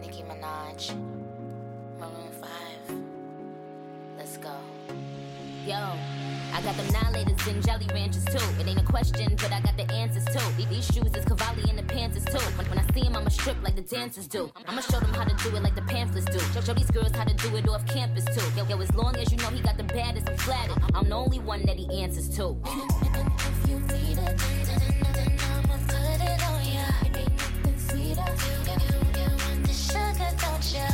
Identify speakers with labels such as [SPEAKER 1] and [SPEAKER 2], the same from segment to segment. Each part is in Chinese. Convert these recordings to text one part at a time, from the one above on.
[SPEAKER 1] Nicki Minaj, Maroon 5. Let's go.
[SPEAKER 2] Yo, I got them annihilators and jelly ranchers too. It ain't a question, but I got the answers too. These- These shoes is Cavalli and the pants is too. When, when I see them, I'ma strip like the dancers do. I'ma show them how to do it like the pamphlets do. Show, show these girls how to do it off campus too. Yo, yo, as long as you know he got the baddest, I'm flattered. I'm the only one that he answers to.
[SPEAKER 1] If you need it, then I'ma put it on ya. Ain't nothing sweeter. You, you, you want the sugar, don't ya?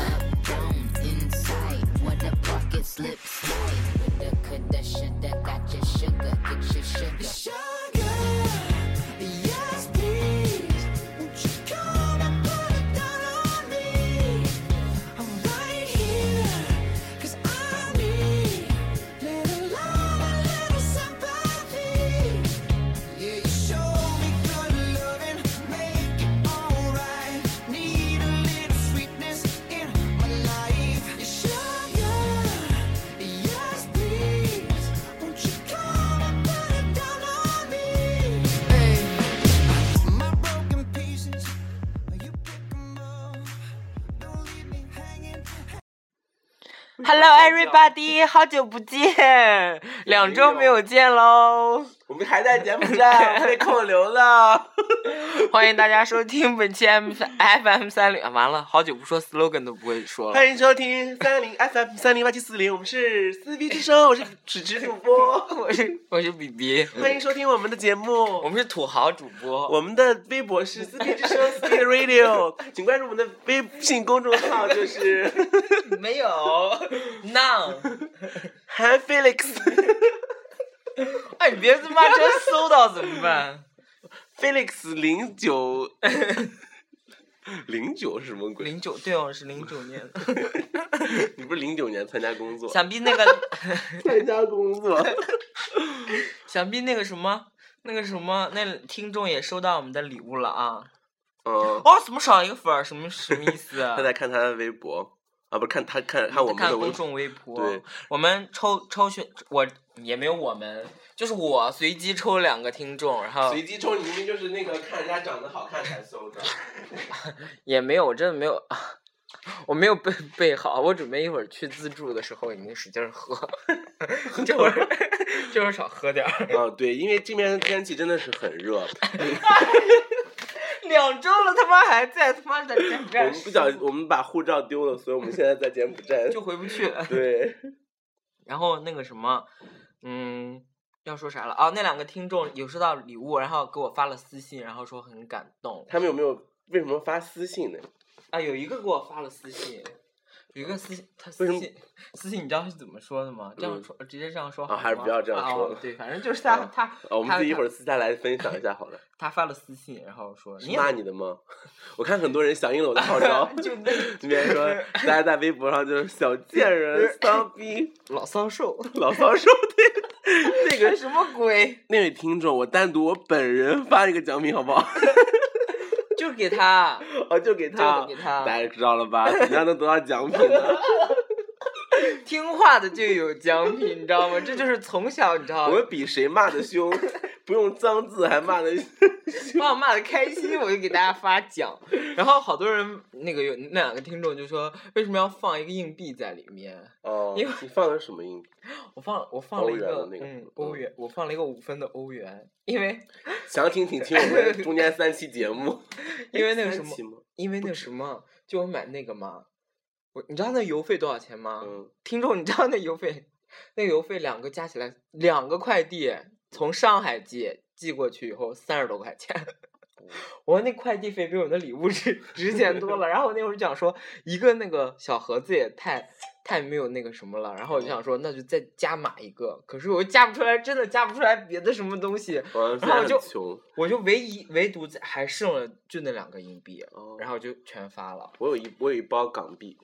[SPEAKER 3] down inside. What a pocket slip slide. Woulda, coulda, shoulda, got your sugar, get your sugar.
[SPEAKER 4] Sugar, yes please. Won't you come and put it down on me? I'm right here, 'cause I need little love and little sympathy. Yeah, you show me good loving, make it alright. Need a little sweetness in my life. You sugar, yes please. Won't you come and put it down on me? my broken pieces, you pick 'em up. Don't leave me hanging.
[SPEAKER 5] Hello everybody，好久不见，两周没有见喽！
[SPEAKER 6] 哦我们还在柬埔寨被扣留了。
[SPEAKER 5] 欢迎大家收听本期 M FM 三零，完了，好久不说 slogan 都不会说了。
[SPEAKER 6] 欢迎收听三零 FM 三零八七四零，我们是撕逼之声，我是主持主播。
[SPEAKER 5] 我是我是比比，嗯
[SPEAKER 6] 欢迎收听我们的节
[SPEAKER 5] 我
[SPEAKER 6] 目，
[SPEAKER 5] 们是土豪主 播，
[SPEAKER 6] 我们的微博是撕逼之声 Speed Radio，请关注我们的微信公众号，就是
[SPEAKER 5] 没有
[SPEAKER 6] 哦
[SPEAKER 5] none。
[SPEAKER 6] 韩 Felix
[SPEAKER 5] 哎，你别他妈真搜到怎么办？
[SPEAKER 6] Felix 零九零九是什么鬼？
[SPEAKER 5] 零九对哦，是零九 年的，
[SPEAKER 6] 你不是零九年参加工作？
[SPEAKER 5] 想必那个
[SPEAKER 6] 参加工作，
[SPEAKER 5] 想必那个什么那个什么那听众也收到我们的礼物了啊！
[SPEAKER 6] 嗯，
[SPEAKER 5] 哦，怎么少一个粉儿？什么什么意思？啊
[SPEAKER 6] 他在看他的微博啊，不是看他看看我们
[SPEAKER 5] 看
[SPEAKER 6] 的微
[SPEAKER 5] 公众微博，
[SPEAKER 6] 对
[SPEAKER 5] 我们抽抽选，我也没有我们，就是我随机抽两个听众，然后
[SPEAKER 6] 随机抽，你明明就是那个看人家长得好看才搜的。
[SPEAKER 5] 也没有，我真的没有， 我没有备备好，我准备一会儿去自助的时候已经使劲儿喝， 这会儿这会儿少喝点儿，
[SPEAKER 6] 啊，对，因为这边天气真的是很热，
[SPEAKER 5] 两周了他妈还在他 妈在柬埔
[SPEAKER 6] 我们不小，我们把护照丢了，所以我们现在在柬埔寨。
[SPEAKER 5] 就回不去了，
[SPEAKER 6] 对，
[SPEAKER 5] 然后那个什么，嗯。要说啥了啊？那两个听众有收到礼物，然后给我发了私信，然后说很感动。
[SPEAKER 6] 他们有没有为什么发私信呢？
[SPEAKER 5] 啊，有一个给我发了私信，有一个私信，他私
[SPEAKER 6] 为什么
[SPEAKER 5] 信私信，你知道是怎么说的吗？这样
[SPEAKER 6] 嗯
[SPEAKER 5] 说，直接这样说好
[SPEAKER 6] 啊还是
[SPEAKER 5] 吗
[SPEAKER 6] 不要这样
[SPEAKER 5] 啊
[SPEAKER 6] 说
[SPEAKER 5] 哦
[SPEAKER 6] 了
[SPEAKER 5] 对， 反正就是他
[SPEAKER 6] 啊
[SPEAKER 5] 他
[SPEAKER 6] 啊，我们
[SPEAKER 5] 他
[SPEAKER 6] 自己一会儿
[SPEAKER 5] 他
[SPEAKER 6] 私下来分享一下好了。
[SPEAKER 5] 他发了私信，然后说
[SPEAKER 6] 是
[SPEAKER 5] 你，
[SPEAKER 6] 骂你的吗？我看很多人响应了我的号召
[SPEAKER 5] 就那
[SPEAKER 6] 这边说 大家在微博上就是小贱 人、骚逼、
[SPEAKER 5] 老骚兽，
[SPEAKER 6] 老骚兽，对，那个
[SPEAKER 5] 什么鬼？
[SPEAKER 6] 那位听众，我单独我本人发一个奖品好不好？
[SPEAKER 5] 就给他，
[SPEAKER 6] 哦，就给 他，
[SPEAKER 5] 就给他
[SPEAKER 6] 大家知道了吧？怎么样能得到奖品呢？
[SPEAKER 5] 听话的就有奖品，你知道吗？这就是从小你知道
[SPEAKER 6] 我
[SPEAKER 5] 吗，
[SPEAKER 6] 们比谁骂 的凶，不用脏字还骂的。
[SPEAKER 5] 把我骂的开心，我就给大家发奖。然后好多人那个有那两个听众就说，为什么要放一个硬币在里面？
[SPEAKER 6] 哦
[SPEAKER 5] 因为
[SPEAKER 6] 你放的是什么音？
[SPEAKER 5] 我放了，我放
[SPEAKER 6] 欧
[SPEAKER 5] 了一
[SPEAKER 6] 元
[SPEAKER 5] 个
[SPEAKER 6] 的那个
[SPEAKER 5] 嗯
[SPEAKER 6] 嗯
[SPEAKER 5] 欧元，我放了一个五分的欧元，因为
[SPEAKER 6] 详情请听我 们中间三期节目。
[SPEAKER 5] 因为那个什
[SPEAKER 6] 三期
[SPEAKER 5] 么，
[SPEAKER 6] 吗？
[SPEAKER 5] 因为那个什么，就我买那个嘛，我你知道那邮费多少钱吗？
[SPEAKER 6] 嗯，
[SPEAKER 5] 听众，你知道那邮费，那邮费两个加起来，两个快递从上海寄寄过去以后三十多块钱。 我那快递费比我那礼物值值钱多了，然后我那会儿就想说，一个那个小盒子也太太没有那个什么了，然后我就想说，那就再加码一个，可是我又加不出来，真的加不出来别的什么东西，
[SPEAKER 6] 我们现
[SPEAKER 5] 然后
[SPEAKER 6] 在
[SPEAKER 5] 我就
[SPEAKER 6] 很穷。
[SPEAKER 5] 我就唯一唯独在还剩了就那两个硬币，
[SPEAKER 6] 哦
[SPEAKER 5] 然后就全发了
[SPEAKER 6] 我有一我有一包港币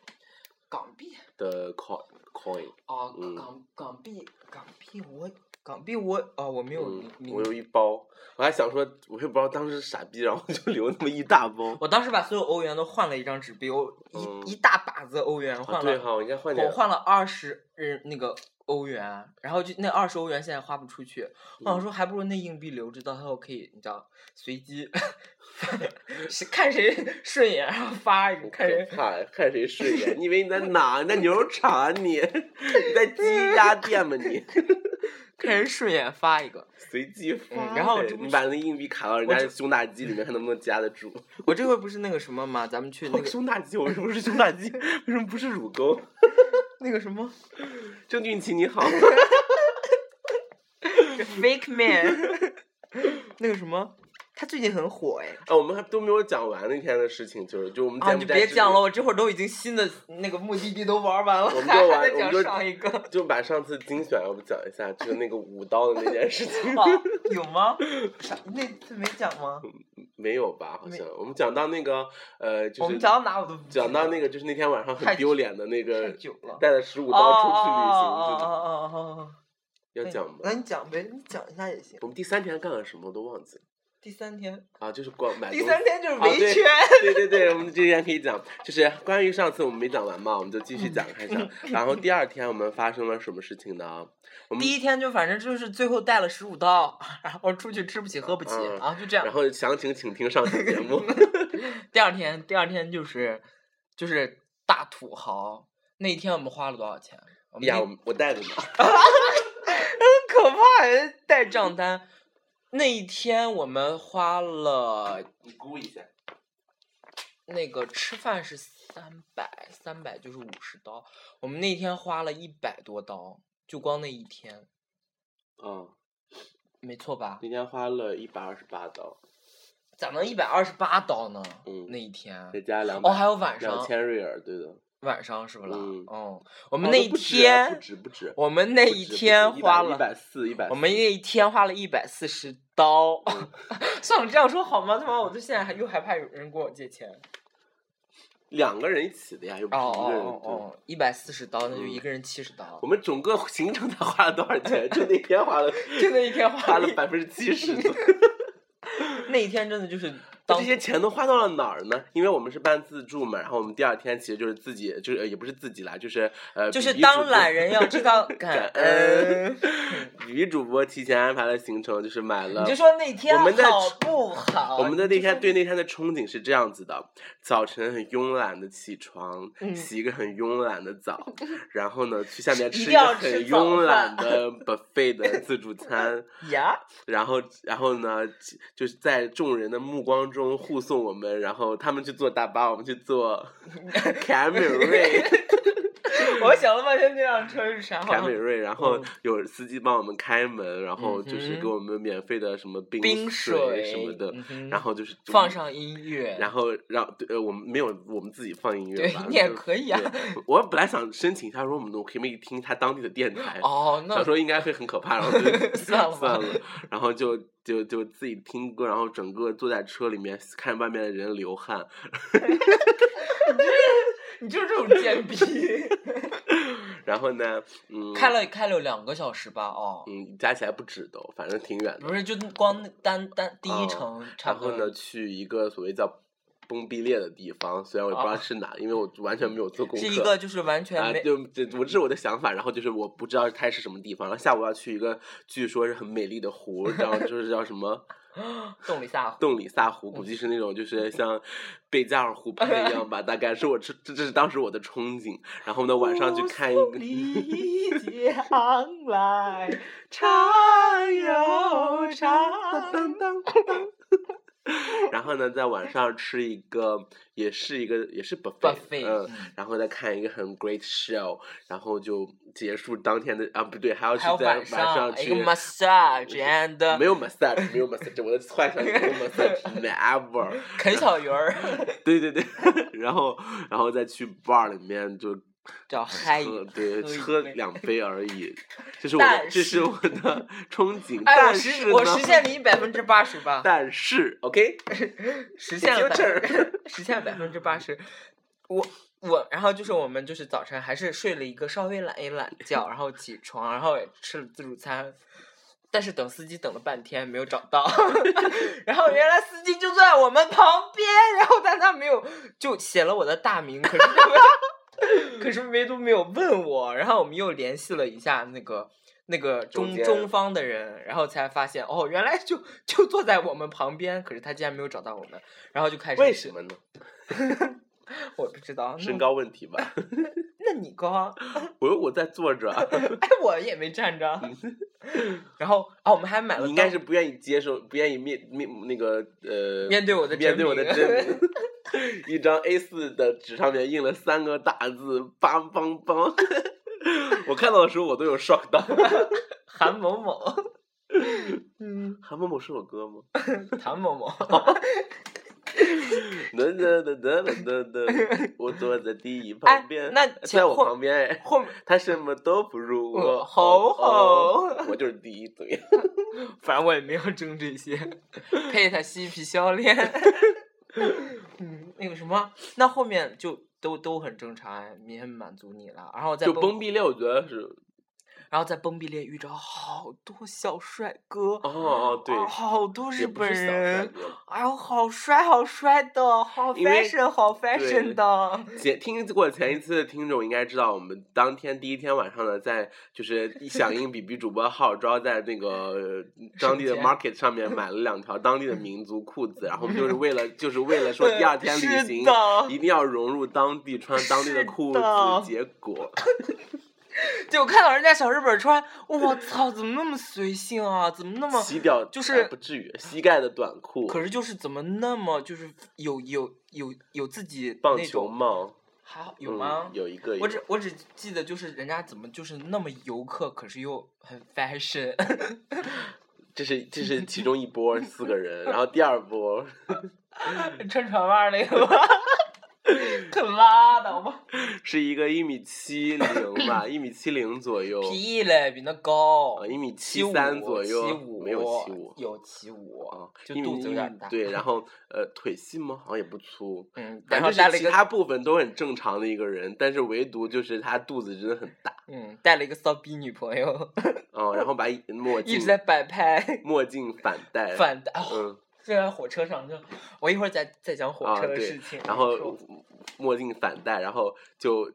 [SPEAKER 5] 港币
[SPEAKER 6] 的 coin coin，
[SPEAKER 5] 哦，
[SPEAKER 6] 嗯
[SPEAKER 5] 港港币港币我港币我哦我没有
[SPEAKER 6] 嗯，
[SPEAKER 5] 零
[SPEAKER 6] 我有一包，我还想说，我也不知道当时傻逼，然后就留那么一大包。
[SPEAKER 5] 我当时把所有欧元都换了一张纸币，我一、
[SPEAKER 6] 嗯
[SPEAKER 5] 一大把子欧元
[SPEAKER 6] 啊
[SPEAKER 5] 换
[SPEAKER 6] 对
[SPEAKER 5] 了，
[SPEAKER 6] 哈，我应该换点
[SPEAKER 5] 我。换了二十日那个欧元，然后就那二十欧元现在花不出去，我
[SPEAKER 6] 嗯
[SPEAKER 5] 想说还不如那硬币留着，到时候可以你知道随机 是看谁顺眼，然后发一个，看
[SPEAKER 6] 可
[SPEAKER 5] 谁
[SPEAKER 6] 怕， 看谁顺眼。你以为你在哪？你在牛肉场啊 你？你在鸡鸭店吗你？
[SPEAKER 5] 看谁顺眼发一个。
[SPEAKER 6] 随机发的、
[SPEAKER 5] 嗯然后这不
[SPEAKER 6] 你把那硬币卡到人
[SPEAKER 5] 我
[SPEAKER 6] 家
[SPEAKER 5] 这
[SPEAKER 6] 胸大肌里面，看能不能夹得住。
[SPEAKER 5] 我这回不是那个什么嘛，咱们去那
[SPEAKER 6] 哦
[SPEAKER 5] 个
[SPEAKER 6] 胸大肌，我为什么是胸大肌？为什么不是乳沟？
[SPEAKER 5] 那个什么
[SPEAKER 6] 郑俊奇你好，
[SPEAKER 5] Fake Man，那个什么，他最近很火哎。
[SPEAKER 6] 啊，我们还都没有讲完那天的事情，就是就我们
[SPEAKER 5] 啊，
[SPEAKER 6] 柬
[SPEAKER 5] 你
[SPEAKER 6] 埔寨
[SPEAKER 5] 别
[SPEAKER 6] 之
[SPEAKER 5] 讲
[SPEAKER 6] 旅
[SPEAKER 5] 了，我这会儿都已经新的那个目的地都玩完了，
[SPEAKER 6] 我们
[SPEAKER 5] 还
[SPEAKER 6] 就玩
[SPEAKER 5] 还
[SPEAKER 6] 我
[SPEAKER 5] 在
[SPEAKER 6] 们
[SPEAKER 5] 讲
[SPEAKER 6] 就
[SPEAKER 5] 上一个，
[SPEAKER 6] 就把上次精选要不讲一下，就是那个舞刀的那件事情，
[SPEAKER 5] 啊有吗？啥？那次没讲吗？
[SPEAKER 6] 没有吧？好
[SPEAKER 5] 没
[SPEAKER 6] 像我们讲到那个呃，就
[SPEAKER 5] 我
[SPEAKER 6] 是
[SPEAKER 5] 们讲到哪我都不记
[SPEAKER 6] 讲到
[SPEAKER 5] 得
[SPEAKER 6] 那个就是那天晚上很
[SPEAKER 5] 太
[SPEAKER 6] 丢脸的那
[SPEAKER 5] 太
[SPEAKER 6] 个，
[SPEAKER 5] 久了。
[SPEAKER 6] 带了十五
[SPEAKER 5] 哦
[SPEAKER 6] 刀出
[SPEAKER 5] 哦
[SPEAKER 6] 去旅行，
[SPEAKER 5] 哦
[SPEAKER 6] 就
[SPEAKER 5] 哦哦哦哦！
[SPEAKER 6] 要
[SPEAKER 5] 那
[SPEAKER 6] 讲吗
[SPEAKER 5] 那？你讲呗，你讲一下也行。
[SPEAKER 6] 我们第三天干了什么我都忘记了
[SPEAKER 5] 第三天，
[SPEAKER 6] 啊，就是光买
[SPEAKER 5] 第
[SPEAKER 6] 东
[SPEAKER 5] 三
[SPEAKER 6] 西
[SPEAKER 5] 天就是
[SPEAKER 6] 啊对
[SPEAKER 5] 围圈。
[SPEAKER 6] 对对对，我们这边可以讲，就是关于上次我们没讲完嘛，我们就继续展开讲。
[SPEAKER 5] 嗯
[SPEAKER 6] 然后第二天我们发生了什么事 情呢？我们
[SPEAKER 5] 第一天就反正就是最后带了十五刀，然后出去吃不起喝不起，
[SPEAKER 6] 嗯
[SPEAKER 5] 然后就这样
[SPEAKER 6] 然。后详情请听上期节 目。
[SPEAKER 5] 第二天，第二天就是就是大土豪。那一天我们花了多少钱？我们
[SPEAKER 6] 哎呀，
[SPEAKER 5] 那
[SPEAKER 6] 我我带着呢，
[SPEAKER 5] 可怕，人家
[SPEAKER 6] 嗯
[SPEAKER 5] 带账单。那一天我们花了
[SPEAKER 6] 你估一下，
[SPEAKER 5] 那个吃饭是三百，三百就是五十刀。我们那天花了一百多刀，就光那一天，
[SPEAKER 6] 嗯，
[SPEAKER 5] 没错吧？
[SPEAKER 6] 那天花了一百二十八刀，
[SPEAKER 5] 咋能一百二十八刀呢？
[SPEAKER 6] 嗯
[SPEAKER 5] 那一天
[SPEAKER 6] 再加两
[SPEAKER 5] 哦，还有晚
[SPEAKER 6] 两
[SPEAKER 5] 上，
[SPEAKER 6] 千瑞尔，对的。
[SPEAKER 5] 晚上是不啦？
[SPEAKER 6] 嗯
[SPEAKER 5] 嗯，
[SPEAKER 6] 我
[SPEAKER 5] 我们那一天，
[SPEAKER 6] 不止不止，
[SPEAKER 5] 我们那一天花
[SPEAKER 6] 一
[SPEAKER 5] 了，
[SPEAKER 6] 百四一百，
[SPEAKER 5] 我们那一天花了一百四十刀。
[SPEAKER 6] 嗯
[SPEAKER 5] 算了，这样说好吗？他妈，我都现在还又害怕有人跟我借钱。
[SPEAKER 6] 两个人一起的呀，又不
[SPEAKER 5] 哦
[SPEAKER 6] 是一
[SPEAKER 5] 哦
[SPEAKER 6] 个人。
[SPEAKER 5] 哦
[SPEAKER 6] 对
[SPEAKER 5] 哦，一百四十刀，那就
[SPEAKER 6] 嗯
[SPEAKER 5] 一个人七十刀
[SPEAKER 6] 我。们整个行程才花了多少钱？就那天花了
[SPEAKER 5] 就那一天
[SPEAKER 6] 花
[SPEAKER 5] 花
[SPEAKER 6] 了
[SPEAKER 5] 了一，
[SPEAKER 6] 百分之七十左右。
[SPEAKER 5] 那一天真的就是
[SPEAKER 6] 那
[SPEAKER 5] 当
[SPEAKER 6] 这些钱都花到了哪儿呢？因为我们是办自助嘛，然后我们第二天其实就是自己，就是呃也不是自己啦，就是呃，
[SPEAKER 5] 就是
[SPEAKER 6] 比比主
[SPEAKER 5] 当
[SPEAKER 6] 播
[SPEAKER 5] 懒 人要知道感恩
[SPEAKER 6] 恩。比比主播提前安排了行程，就是买了
[SPEAKER 5] 你就。说那天
[SPEAKER 6] 我们在
[SPEAKER 5] 好不好？
[SPEAKER 6] 我们的
[SPEAKER 5] 你
[SPEAKER 6] 那
[SPEAKER 5] 就
[SPEAKER 6] 天
[SPEAKER 5] 说
[SPEAKER 6] 对那天的憧憬是这样子的：早晨很慵懒的起床，洗一个很慅懒的 澡，然后呢去下
[SPEAKER 5] 嗯
[SPEAKER 6] 面
[SPEAKER 5] 一
[SPEAKER 6] 吃
[SPEAKER 5] 定
[SPEAKER 6] 一个
[SPEAKER 5] 要
[SPEAKER 6] 很
[SPEAKER 5] 吃早
[SPEAKER 6] 慵懒
[SPEAKER 5] 饭
[SPEAKER 6] 的 buffet 的自助餐，
[SPEAKER 5] 呀，
[SPEAKER 6] 然后，然后呢，其就是在众人的目光中护送我们，然后他们去坐大巴，我们去 坐凯美瑞，
[SPEAKER 5] 我想了半天那辆车是啥？好
[SPEAKER 6] 凯
[SPEAKER 5] 像
[SPEAKER 6] 美瑞，然后
[SPEAKER 5] 嗯
[SPEAKER 6] 有司机帮我们开门，然后就是
[SPEAKER 5] 嗯
[SPEAKER 6] 给
[SPEAKER 5] 哼
[SPEAKER 6] 我们免费的什么冰
[SPEAKER 5] 冰
[SPEAKER 6] 水
[SPEAKER 5] 水
[SPEAKER 6] 什么的
[SPEAKER 5] 嗯，哼
[SPEAKER 6] 然后就是
[SPEAKER 5] 放。上音乐，
[SPEAKER 6] 然后让对呃，我们没有我们自己放音乐
[SPEAKER 5] 对
[SPEAKER 6] 吧，
[SPEAKER 5] 你也
[SPEAKER 6] 就
[SPEAKER 5] 可以啊。
[SPEAKER 6] 对我本来想申请一下，说我们可不可以听一下当地的电台，
[SPEAKER 5] 哦，那
[SPEAKER 6] 想说应该会很可怕，然后就
[SPEAKER 5] 算了
[SPEAKER 6] 算
[SPEAKER 5] 吧
[SPEAKER 6] 了，然后就就就自己听歌，然后整个坐在车里面看外面的人流汗，
[SPEAKER 5] 你就是这种贱 逼。
[SPEAKER 6] 然后呢，嗯，
[SPEAKER 5] 开了开了两个小时吧，哦，
[SPEAKER 6] 嗯，加起来不止都，反正挺远的。
[SPEAKER 5] 不是，就光那单单第一
[SPEAKER 6] 嗯
[SPEAKER 5] 程嗯差
[SPEAKER 6] 然
[SPEAKER 5] 不多。
[SPEAKER 6] 后呢，去一个所谓叫崩壁裂的地方，虽然我也不知道
[SPEAKER 5] 啊
[SPEAKER 6] 是哪，因为我完全没有做功课。
[SPEAKER 5] 是一个就是完全
[SPEAKER 6] 啊，
[SPEAKER 5] 没
[SPEAKER 6] 就这，我这是我的想法，然后就是我不知道它是什么地方，然后下午要去一个据说是很美丽的湖，然后就是叫什么
[SPEAKER 5] 洞里下湖。
[SPEAKER 6] 洞里萨
[SPEAKER 5] 嗯
[SPEAKER 6] 湖，估计是那种就是像贝加尔湖畔一样吧，大概是我这这这是当时我的憧憬。然后呢，晚上去看一个，
[SPEAKER 5] 离将来，长又长。
[SPEAKER 6] 然后呢，在晚上吃一个，也是一个也是
[SPEAKER 5] Buffet，嗯，
[SPEAKER 6] 嗯然后再看一个很 great show，然还要去结束当天的啊，不对，还要去
[SPEAKER 5] 还有
[SPEAKER 6] 在晚
[SPEAKER 5] 晚上哎一
[SPEAKER 6] 去
[SPEAKER 5] 个 massage and
[SPEAKER 6] 没有 massage，没有 massage，我的幻想没有 massage，never。
[SPEAKER 5] 啃小鱼儿，
[SPEAKER 6] 对对对，然后然后再去 bar 里面就
[SPEAKER 5] 找嗨一个。
[SPEAKER 6] 喝，对，
[SPEAKER 5] 哎喝一
[SPEAKER 6] 喝
[SPEAKER 5] 杯
[SPEAKER 6] 两杯而 已。这是我的，
[SPEAKER 5] 但
[SPEAKER 6] 这是
[SPEAKER 5] 是
[SPEAKER 6] 我 的憧憬。
[SPEAKER 5] 哎，我
[SPEAKER 6] 但
[SPEAKER 5] 实
[SPEAKER 6] 是
[SPEAKER 5] 我
[SPEAKER 6] 呢
[SPEAKER 5] 实现了你百分之八十吧，
[SPEAKER 6] 但是，OK，
[SPEAKER 5] 实现了百
[SPEAKER 6] future
[SPEAKER 5] 实现了百分之八十。我我然后就是我们就是早晨还是睡了一个稍微懒一懒觉，然后起床，然后也吃了自助餐。但是等司机等了半天没有找到， 然后原来司机就坐在我们旁边，然后但他没有就写了我的大名，可是这个 可是唯独没有问我。然后我们又联系了一下那个那个
[SPEAKER 6] 中
[SPEAKER 5] 中
[SPEAKER 6] 间
[SPEAKER 5] 中方的人，然后才发现哦，原来就就坐在我们旁边，可是他竟然没有找到我们，然后就开始
[SPEAKER 6] 为什么呢？
[SPEAKER 5] 我不知道
[SPEAKER 6] 身，高问题吧。
[SPEAKER 5] 那那你高啊？
[SPEAKER 6] 我说我在坐 着啊，
[SPEAKER 5] 哎，我也没站着。然后啊，我们还买了，
[SPEAKER 6] 嗯你应该是不愿意接受，不愿意面面那个呃
[SPEAKER 5] 面对我的
[SPEAKER 6] 面对我的
[SPEAKER 5] 真
[SPEAKER 6] 真名。 一张 A 四的纸上面印了三个大字“梆梆梆”， 我看到的时候我都有 shock 到。
[SPEAKER 5] 韩某某，嗯，
[SPEAKER 6] 韩某某是我哥吗？
[SPEAKER 5] 谭某某，
[SPEAKER 6] 哦噔噔噔噔噔噔噔，我坐在第 一
[SPEAKER 5] 哎
[SPEAKER 6] 旁边，呃
[SPEAKER 5] 那前
[SPEAKER 6] 在我
[SPEAKER 5] 后
[SPEAKER 6] 旁边哎，
[SPEAKER 5] 后面
[SPEAKER 6] 他什么都不如
[SPEAKER 5] 我
[SPEAKER 6] 我，
[SPEAKER 5] 吼
[SPEAKER 6] 哦
[SPEAKER 5] 吼
[SPEAKER 6] 哦我就是第一嘴。
[SPEAKER 5] 反正我也没有争这些，配他嬉皮笑脸。 嗯，那个什么，那后面就都都很正常哎，也很满足你了。然后再
[SPEAKER 6] 就崩壁烈，我觉得是，
[SPEAKER 5] 然后在崩壁列遇着好多小帅哥，
[SPEAKER 6] 哦哦对，
[SPEAKER 5] 啊好多
[SPEAKER 6] 也
[SPEAKER 5] 日
[SPEAKER 6] 不是
[SPEAKER 5] 本
[SPEAKER 6] 小帅
[SPEAKER 5] 人，
[SPEAKER 6] 哥
[SPEAKER 5] 哎呦，好帅好帅的，好
[SPEAKER 6] 因为
[SPEAKER 5] fashion 好
[SPEAKER 6] 对
[SPEAKER 5] fashion 的。
[SPEAKER 6] 前听过前一次的听众应该知道，我们当天第一天晚上呢，在就是响应 B B 主播号召，在那个呃当地的
[SPEAKER 5] 瞬间
[SPEAKER 6] market 上面买了两条当地的民族裤子，然后我们就是为了就是为了说
[SPEAKER 5] 对
[SPEAKER 6] 第二天旅
[SPEAKER 5] 是
[SPEAKER 6] 行
[SPEAKER 5] 的
[SPEAKER 6] 一定要融入当地，穿当地的
[SPEAKER 5] 是
[SPEAKER 6] 裤子
[SPEAKER 5] 的，
[SPEAKER 6] 结果
[SPEAKER 5] 就我看到人家小日本穿，我操，怎么那么随性啊？怎么那么
[SPEAKER 6] 洗掉
[SPEAKER 5] 就是
[SPEAKER 6] 哎不至于膝盖的短裤，
[SPEAKER 5] 可是就是怎么那么就是有有有有自己
[SPEAKER 6] 棒
[SPEAKER 5] 那
[SPEAKER 6] 球
[SPEAKER 5] 种
[SPEAKER 6] 帽
[SPEAKER 5] 还好有
[SPEAKER 6] 嗯
[SPEAKER 5] 吗？
[SPEAKER 6] 有一个
[SPEAKER 5] 我只我只记得就是人家怎么就是那么游客，可是又很 fashion。
[SPEAKER 6] 嗯这是这是其中一波四个人，然后第二波
[SPEAKER 5] 穿船袜儿那个吗？ 可拉倒吧，
[SPEAKER 6] 是一个一米七零 吧，一米七零左右，
[SPEAKER 5] 屁嘞，比那高
[SPEAKER 6] 呃，，一米
[SPEAKER 5] 七
[SPEAKER 6] 七三左右，
[SPEAKER 5] 七五
[SPEAKER 6] 没有七五
[SPEAKER 5] 有七五
[SPEAKER 6] 啊，
[SPEAKER 5] 就
[SPEAKER 6] 一
[SPEAKER 5] 肚
[SPEAKER 6] 米
[SPEAKER 5] 子
[SPEAKER 6] 一
[SPEAKER 5] 有点
[SPEAKER 6] 米
[SPEAKER 5] 大。
[SPEAKER 6] 对，然后呃，腿细吗？好像也不粗。
[SPEAKER 5] 嗯，然
[SPEAKER 6] 反
[SPEAKER 5] 后
[SPEAKER 6] 正
[SPEAKER 5] 带
[SPEAKER 6] 是
[SPEAKER 5] 了一
[SPEAKER 6] 其
[SPEAKER 5] 个
[SPEAKER 6] 他部分都很正常的一个人，但是唯独就是他肚子真的很大
[SPEAKER 5] 嗯，带了一个骚逼女朋 友，
[SPEAKER 6] 啊、然后把一墨
[SPEAKER 5] 一
[SPEAKER 6] 镜
[SPEAKER 5] 直在摆拍
[SPEAKER 6] 墨镜反戴，
[SPEAKER 5] 反的。哦
[SPEAKER 6] 嗯
[SPEAKER 5] 这在火车上就，我一会儿再再讲火
[SPEAKER 6] 啊
[SPEAKER 5] 车的
[SPEAKER 6] 对
[SPEAKER 5] 事情。，
[SPEAKER 6] 然
[SPEAKER 5] 你
[SPEAKER 6] 后
[SPEAKER 5] 说
[SPEAKER 6] 墨镜反戴，然后就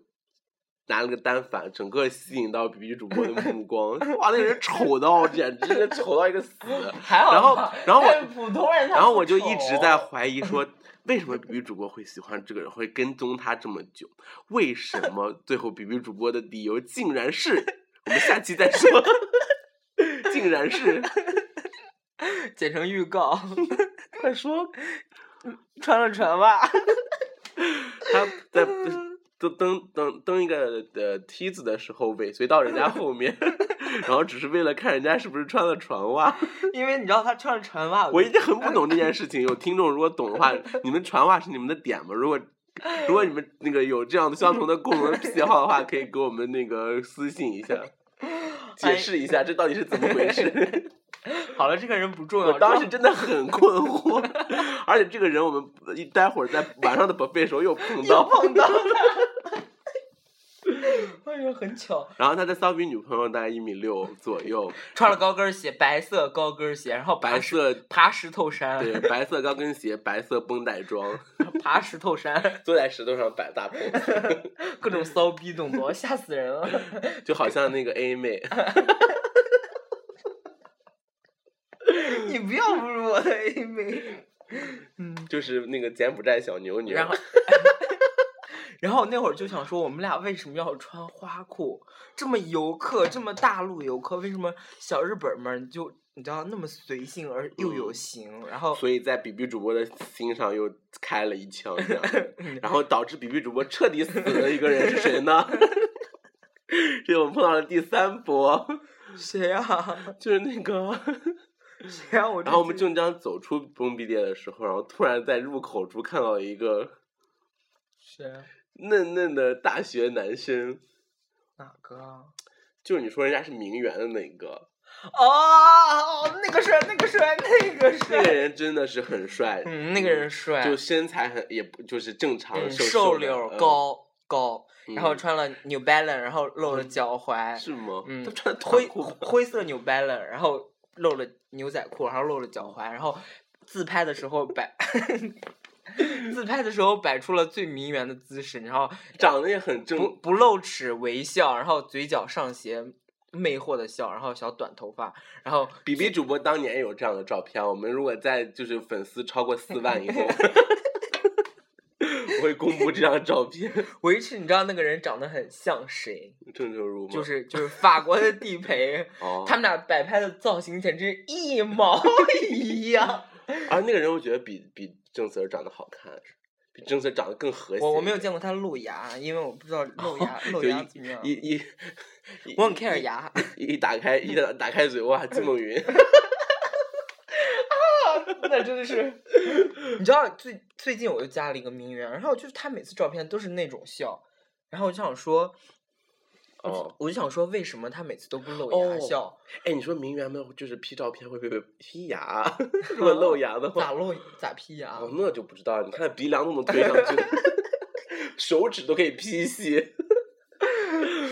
[SPEAKER 6] 拿了个单反，整个吸引到 B B 主播的目光，哇，那人丑到简直丑到 一个死，
[SPEAKER 5] 还好
[SPEAKER 6] 然后
[SPEAKER 5] 吧
[SPEAKER 6] 然后我
[SPEAKER 5] 但是普通人他
[SPEAKER 6] 然后
[SPEAKER 5] 不
[SPEAKER 6] 我就一直
[SPEAKER 5] 丑
[SPEAKER 6] 在怀疑说，为什么 B B 主播会喜欢这个人，会跟踪他这么久？为什么最后 B B 主播的理由竟然是？我们下期再说。 竟然是
[SPEAKER 5] 剪成预 告，快说，穿了船袜，
[SPEAKER 6] 他在登登登登一个呃梯子的时候尾随到人家后面， 然后只是为了看人家是不是穿了船袜。
[SPEAKER 5] 因为你知道他穿了船袜，
[SPEAKER 6] 我一直很不懂这件事情。有听众如果懂的话，你们传话是你们的点吗？如果如果你们那个有这样的相同的共同的癖好的话，可以给我们那个私信一下，解释一
[SPEAKER 5] 哎
[SPEAKER 6] 下这到底是怎么回事。
[SPEAKER 5] 好了，这个人不重要。
[SPEAKER 6] 我当
[SPEAKER 5] 这
[SPEAKER 6] 时真的很困惑，而且这个人我们一待会儿在晚上的 buffet 时候又碰
[SPEAKER 5] 又
[SPEAKER 6] 到，
[SPEAKER 5] 碰到了， 哎呦，很巧，
[SPEAKER 6] 然后他的骚逼女朋友大概一米六左右，
[SPEAKER 5] 穿了高跟鞋，白色高跟鞋，然后爬
[SPEAKER 6] 白
[SPEAKER 5] 石
[SPEAKER 6] 色
[SPEAKER 5] 爬石头山，
[SPEAKER 6] 对白色高跟鞋，白色绷带装，
[SPEAKER 5] 爬石头山，
[SPEAKER 6] 坐在石头上摆大 pose，
[SPEAKER 5] 各种骚逼动作，吓死人了。
[SPEAKER 6] 就好像那个 A 妹。
[SPEAKER 5] 你不要侮辱我的 A 妹。嗯，
[SPEAKER 6] 就是那个柬埔寨小牛牛，
[SPEAKER 5] 然后，然后那会儿就想说，我们俩为什么要穿花裤？这么游客，这么大陆游客，为什么小日本们就你知道那么随性而又有
[SPEAKER 6] 嗯
[SPEAKER 5] 型？然后
[SPEAKER 6] 所以在比比主播的心上又开了一枪，这 样然后导致比比主播彻底死的一个人是谁呢？ 这我们碰到了第三波，
[SPEAKER 5] 谁呀、
[SPEAKER 6] 就是那个，
[SPEAKER 5] 谁呀、我
[SPEAKER 6] 然后我们正将走出崩壁店的时候，然后突然在入口处看到一个
[SPEAKER 5] 谁
[SPEAKER 6] 啊
[SPEAKER 5] 呀
[SPEAKER 6] 嫩嫩的大学男生，
[SPEAKER 5] 哪个啊？
[SPEAKER 6] 就是你说人家是名媛的那个，
[SPEAKER 5] 哦，那个帅，那个帅，那个
[SPEAKER 6] 那个
[SPEAKER 5] 帅。
[SPEAKER 6] 人真的是很帅，
[SPEAKER 5] 嗯，那个人帅，
[SPEAKER 6] 就身材很，也不就是正常
[SPEAKER 5] 嗯
[SPEAKER 6] 啊瘦
[SPEAKER 5] 瘦
[SPEAKER 6] 的
[SPEAKER 5] 溜
[SPEAKER 6] 嗯
[SPEAKER 5] 高高，然后
[SPEAKER 6] 嗯
[SPEAKER 5] 穿了 New Balance，然后露了脚踝，
[SPEAKER 6] 是吗？
[SPEAKER 5] 嗯
[SPEAKER 6] 他穿
[SPEAKER 5] 灰
[SPEAKER 6] 短裤吗
[SPEAKER 5] 灰色 New Balance，然
[SPEAKER 6] 嗯
[SPEAKER 5] 后露了牛仔裤，然后露了脚踝，然后自拍的时候摆 自拍的时候摆出了最迷人的姿势，然后
[SPEAKER 6] 长得也很
[SPEAKER 5] 不
[SPEAKER 6] 正，
[SPEAKER 5] 不露齿微笑，然后嘴角上斜，魅惑的笑，然后小短头发，然后
[SPEAKER 6] 比比主播当年也有这样的照片，啊我们如果在就是粉丝超过四万以 后，我会公布这张照片。
[SPEAKER 5] 维持，你知道那个人长得很像谁？
[SPEAKER 6] 郑州如吗？
[SPEAKER 5] 就是就是法国的地 陪，
[SPEAKER 6] 哦，
[SPEAKER 5] 他们俩摆拍的造型简直一毛一 样。
[SPEAKER 6] 而那个人我觉得比比郑 Sir 长得好看，比郑 Sir 长得更和谐。
[SPEAKER 5] 我我没有见过他露牙，因为我不知道露牙、露
[SPEAKER 6] 就
[SPEAKER 5] 牙
[SPEAKER 6] 一
[SPEAKER 5] 怎么样。
[SPEAKER 6] 哦一一，一
[SPEAKER 5] 我很 care 牙，
[SPEAKER 6] 一一打开一打打开嘴，哇，金梦云，
[SPEAKER 5] 那真的 是。你知道最最近我又加了一个名媛，然后就是他每次照片都是那种笑，然后我就想说，
[SPEAKER 6] 哦，
[SPEAKER 5] 我就想说为什么他每次都不露牙
[SPEAKER 6] 哦
[SPEAKER 5] 笑？
[SPEAKER 6] 哎，你说名媛们就是 P 照片会不会 劈牙？如果露牙的
[SPEAKER 5] 咋
[SPEAKER 6] 话，
[SPEAKER 5] 露咋劈牙？
[SPEAKER 6] 哦，那就不知道。你看鼻梁都能推上去，手指都可以劈细。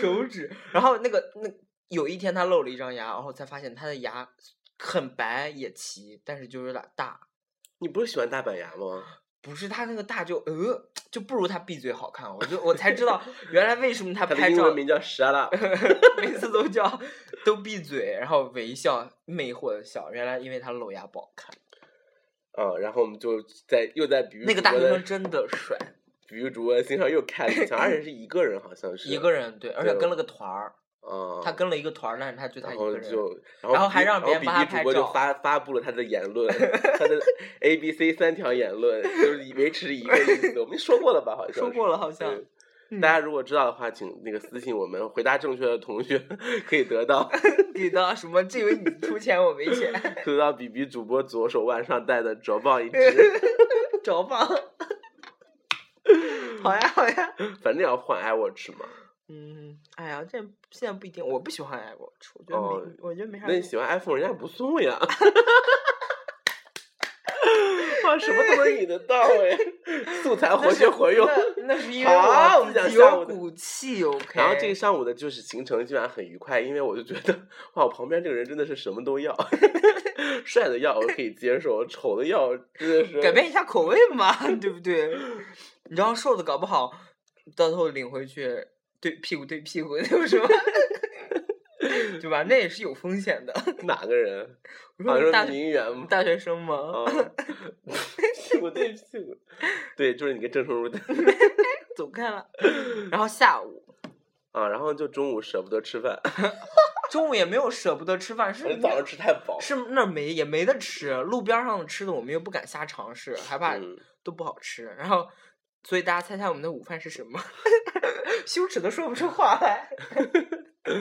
[SPEAKER 5] 手指。然后那个那有一天他露了一张牙，然后才发现他的牙很白也齐，但是就有点大。
[SPEAKER 6] 你不是喜欢大板牙吗？
[SPEAKER 5] 不是他那个大就呃就不如他闭嘴好看，我就我才知 道原来为什么他
[SPEAKER 6] 它的
[SPEAKER 5] 拍
[SPEAKER 6] 英
[SPEAKER 5] 照
[SPEAKER 6] 文名叫 Shut Up。
[SPEAKER 5] 每次都叫都闭嘴，然后微笑魅惑的笑，原来因为他露牙不好看。
[SPEAKER 6] 嗯，然后我们就在又在比喻
[SPEAKER 5] 那个
[SPEAKER 6] 主
[SPEAKER 5] 大
[SPEAKER 6] 播
[SPEAKER 5] 学
[SPEAKER 6] 嗯的
[SPEAKER 5] 生真的帅，
[SPEAKER 6] 比喻主播的心上又开了一枪，而且是一个人，好像是
[SPEAKER 5] 一个。人对，而且
[SPEAKER 6] 对
[SPEAKER 5] 跟了个团儿，
[SPEAKER 6] 嗯，
[SPEAKER 5] 他跟了一个团儿，但是他就他
[SPEAKER 6] 然
[SPEAKER 5] 一
[SPEAKER 6] 后
[SPEAKER 5] 个人。
[SPEAKER 6] 就，然
[SPEAKER 5] 然后
[SPEAKER 6] 后
[SPEAKER 5] 还
[SPEAKER 6] 比
[SPEAKER 5] 让别人
[SPEAKER 6] 比
[SPEAKER 5] 帮他
[SPEAKER 6] 比
[SPEAKER 5] 拍
[SPEAKER 6] 主播就
[SPEAKER 5] 照
[SPEAKER 6] 发发布了他的言论，他的 A B C 三条言论，就是以维持一个意思。我们说过了吧？好像
[SPEAKER 5] 说
[SPEAKER 6] 是
[SPEAKER 5] 过了好像嗯
[SPEAKER 6] 对大家如果知道的话，请那个私信我们，回答正确的同学 可以得到
[SPEAKER 5] 你的什么？这回你出钱我没钱，
[SPEAKER 6] 得到比比主播左手腕上戴的肘棒 一只，
[SPEAKER 5] 找 吧。好呀好呀，
[SPEAKER 6] 反正要换 iWatch 嘛。
[SPEAKER 5] 嗯，哎呀，这现在不一定，我不喜欢 Apple，我觉得没，
[SPEAKER 6] 哦
[SPEAKER 5] 我觉得没啥
[SPEAKER 6] 那
[SPEAKER 5] 用。
[SPEAKER 6] 你喜欢 iPhone，人家不 送呀。哇，什么都能引得到哎， 素材活
[SPEAKER 5] 那
[SPEAKER 6] 学
[SPEAKER 5] 是
[SPEAKER 6] 活用。
[SPEAKER 5] 那那是因为
[SPEAKER 6] 哎好啊我
[SPEAKER 5] 我
[SPEAKER 6] 们
[SPEAKER 5] 自
[SPEAKER 6] 讲
[SPEAKER 5] 己
[SPEAKER 6] 下
[SPEAKER 5] 有
[SPEAKER 6] 午的
[SPEAKER 5] 骨气，OK。
[SPEAKER 6] 然后这一上午的就是行程基本上很愉快，因为我就觉得哇，我旁边这个人真的是什么都要， 帅的要我可以接受，丑的要真的是
[SPEAKER 5] 改变一下口味嘛， 对不对？你知道瘦的搞不好，到时候领回去对屁股对屁股，那有什么？ 对吧？那也是有风险的。
[SPEAKER 6] 哪个人？
[SPEAKER 5] 我
[SPEAKER 6] 好
[SPEAKER 5] 说你
[SPEAKER 6] 像
[SPEAKER 5] 大
[SPEAKER 6] 是名媛吗？
[SPEAKER 5] 大学生吗？
[SPEAKER 6] 啊，屁股对屁 股，对，就是你跟郑成儒的
[SPEAKER 5] 走开了。然后下午
[SPEAKER 6] 啊，然后就中午舍不得吃 饭，
[SPEAKER 5] 中午也没有舍不得吃饭，是
[SPEAKER 6] 而且
[SPEAKER 5] 没
[SPEAKER 6] 早上吃太饱，
[SPEAKER 5] 是那儿没也没得吃，路边儿上的吃的我们又不敢瞎尝试，害怕
[SPEAKER 6] 嗯
[SPEAKER 5] 都不好吃。然后，所以大家猜猜我们的午饭是什么？ 羞耻的说不出话来。 啊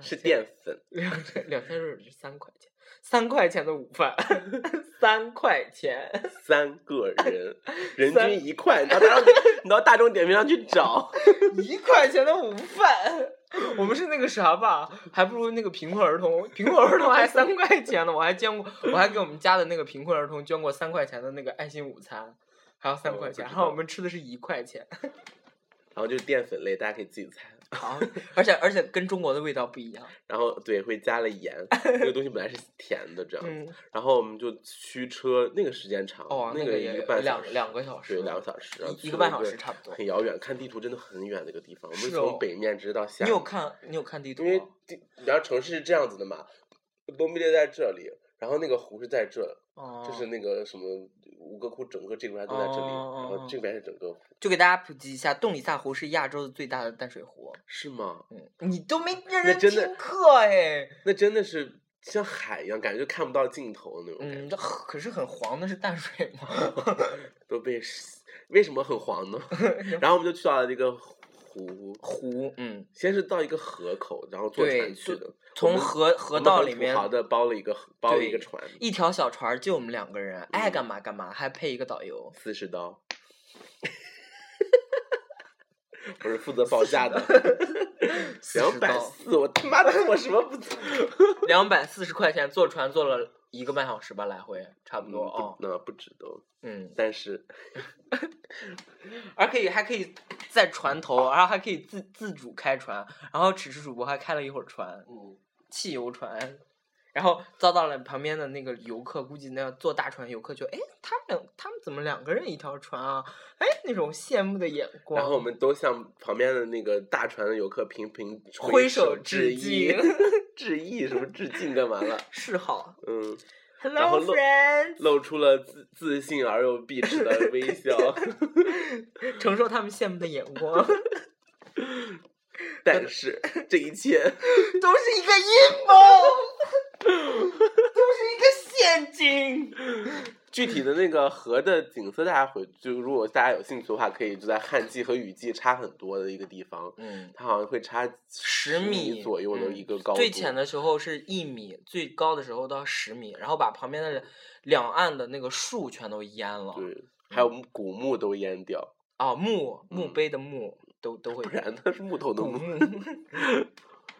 [SPEAKER 6] 是淀粉。
[SPEAKER 5] 两两千瑞是三块钱，三块钱的午饭， 三块钱。
[SPEAKER 6] 三个 人，人
[SPEAKER 5] 三
[SPEAKER 6] 均一块，你到 大众，你到大众点评上去找。
[SPEAKER 5] 一块钱的午饭， 我们是那个啥吧，还不如那个贫困儿童，贫困儿童还三块钱呢，我还捐过，我还给我们家的那个贫困儿童捐过三块钱的那个爱心午餐，还要三
[SPEAKER 6] 哦
[SPEAKER 5] 块
[SPEAKER 6] 不
[SPEAKER 5] 钱，
[SPEAKER 6] 知
[SPEAKER 5] 然后我
[SPEAKER 6] 道
[SPEAKER 5] 们吃的是一块钱，
[SPEAKER 6] 然后就是淀粉类，大家可以自己猜。
[SPEAKER 5] 好，而且而且跟中国的味道不一样，
[SPEAKER 6] 然后对，会加 了盐，这个东西本来是甜的，这样。
[SPEAKER 5] 嗯，
[SPEAKER 6] 然后我们就驱车，那个时间长，
[SPEAKER 5] 哦，
[SPEAKER 6] 那
[SPEAKER 5] 个
[SPEAKER 6] 一
[SPEAKER 5] 也
[SPEAKER 6] 个半小
[SPEAKER 5] 两
[SPEAKER 6] 时，
[SPEAKER 5] 两个小时，
[SPEAKER 6] 对，两个小时，然后
[SPEAKER 5] 一
[SPEAKER 6] 去
[SPEAKER 5] 一个
[SPEAKER 6] 了
[SPEAKER 5] 半小时差不多
[SPEAKER 6] 很。遥远，看地图真的很远的一个地方。我们
[SPEAKER 5] 是哦
[SPEAKER 6] 从北面直到下
[SPEAKER 5] 你
[SPEAKER 6] 面。
[SPEAKER 5] 有看你有看地图
[SPEAKER 6] 因为
[SPEAKER 5] 吗？
[SPEAKER 6] 地，然后城市是这样子的嘛，东北在这里，然后那个湖是在这，
[SPEAKER 5] 哦，
[SPEAKER 6] 就是那个什么五个窟，整个这块都在这
[SPEAKER 5] 哦
[SPEAKER 6] 里，然
[SPEAKER 5] 哦哦
[SPEAKER 6] 后这边是整个湖，
[SPEAKER 5] 就给大家普及一下，洞里萨湖是亚洲的最大的淡水湖。
[SPEAKER 6] 是吗？
[SPEAKER 5] 嗯，你都 没认
[SPEAKER 6] 那
[SPEAKER 5] 真
[SPEAKER 6] 真的
[SPEAKER 5] 听课哎。
[SPEAKER 6] 那真的是像海一样，感觉就看不到尽头那种感觉，
[SPEAKER 5] 嗯，这可是很黄的是淡水吗？嗯
[SPEAKER 6] 都被是为什么很黄 呢？然后我们就去到了这个湖，
[SPEAKER 5] 湖，嗯，
[SPEAKER 6] 先是到一个河口，然后坐
[SPEAKER 5] 对
[SPEAKER 6] 船去
[SPEAKER 5] 就
[SPEAKER 6] 的，
[SPEAKER 5] 从河河道里面
[SPEAKER 6] 好的包了一个河包了一个
[SPEAKER 5] 对
[SPEAKER 6] 船，
[SPEAKER 5] 一条小船儿就我们两个人，爱
[SPEAKER 6] 嗯
[SPEAKER 5] 干嘛干嘛，还配一个导 游。
[SPEAKER 6] 四十刀。我是负责报价的，两 百四，我他妈的我什么不知道？
[SPEAKER 5] 两百四十块钱坐船坐了一个半小时吧，来回差不
[SPEAKER 6] 嗯
[SPEAKER 5] 多
[SPEAKER 6] 不
[SPEAKER 5] 哦，。
[SPEAKER 6] 那不值得。
[SPEAKER 5] 嗯，
[SPEAKER 6] 但是
[SPEAKER 5] 而可以还可以在船头，然后还可以
[SPEAKER 6] 嗯
[SPEAKER 5] 自自主开船，然后此时主播还开了一会儿船，汽油船。然后遭到了旁边的那个游客，估计那坐大船游客就哎，他们两他们怎么两个人一条船啊？哎，那种羡慕的眼光。
[SPEAKER 6] 然后我们都向旁边的那个大船的游客频频
[SPEAKER 5] 挥手
[SPEAKER 6] 手
[SPEAKER 5] 致
[SPEAKER 6] 意
[SPEAKER 5] 敬，
[SPEAKER 6] 致意什么致敬干嘛了？
[SPEAKER 5] 示好
[SPEAKER 6] 嗯，后
[SPEAKER 5] ，Hello
[SPEAKER 6] 露
[SPEAKER 5] friends，
[SPEAKER 6] 露出了自自信而又鄙视的 微笑，
[SPEAKER 5] 承受他们羡慕的眼光，都
[SPEAKER 6] 但是这一
[SPEAKER 5] 是
[SPEAKER 6] 切
[SPEAKER 5] 一个阴谋， 都是一个陷阱。
[SPEAKER 6] 具体的那个河的景色，大家回就如果大家有兴趣的话，可以就在旱季和雨季差很多的一个地方，
[SPEAKER 5] 嗯，
[SPEAKER 6] 它好像会差
[SPEAKER 5] 10米
[SPEAKER 6] 米左右的
[SPEAKER 5] 嗯
[SPEAKER 6] 一个高度。
[SPEAKER 5] 最浅的时候是一米，最高的时候到十米，然后把旁边的两岸的那个树全都淹了。
[SPEAKER 6] 对，还有古墓都淹掉，
[SPEAKER 5] 啊，墓墓
[SPEAKER 6] 嗯
[SPEAKER 5] 碑的墓都都会
[SPEAKER 6] 不然它是木头的
[SPEAKER 5] 古
[SPEAKER 6] 墓。
[SPEAKER 5] 墓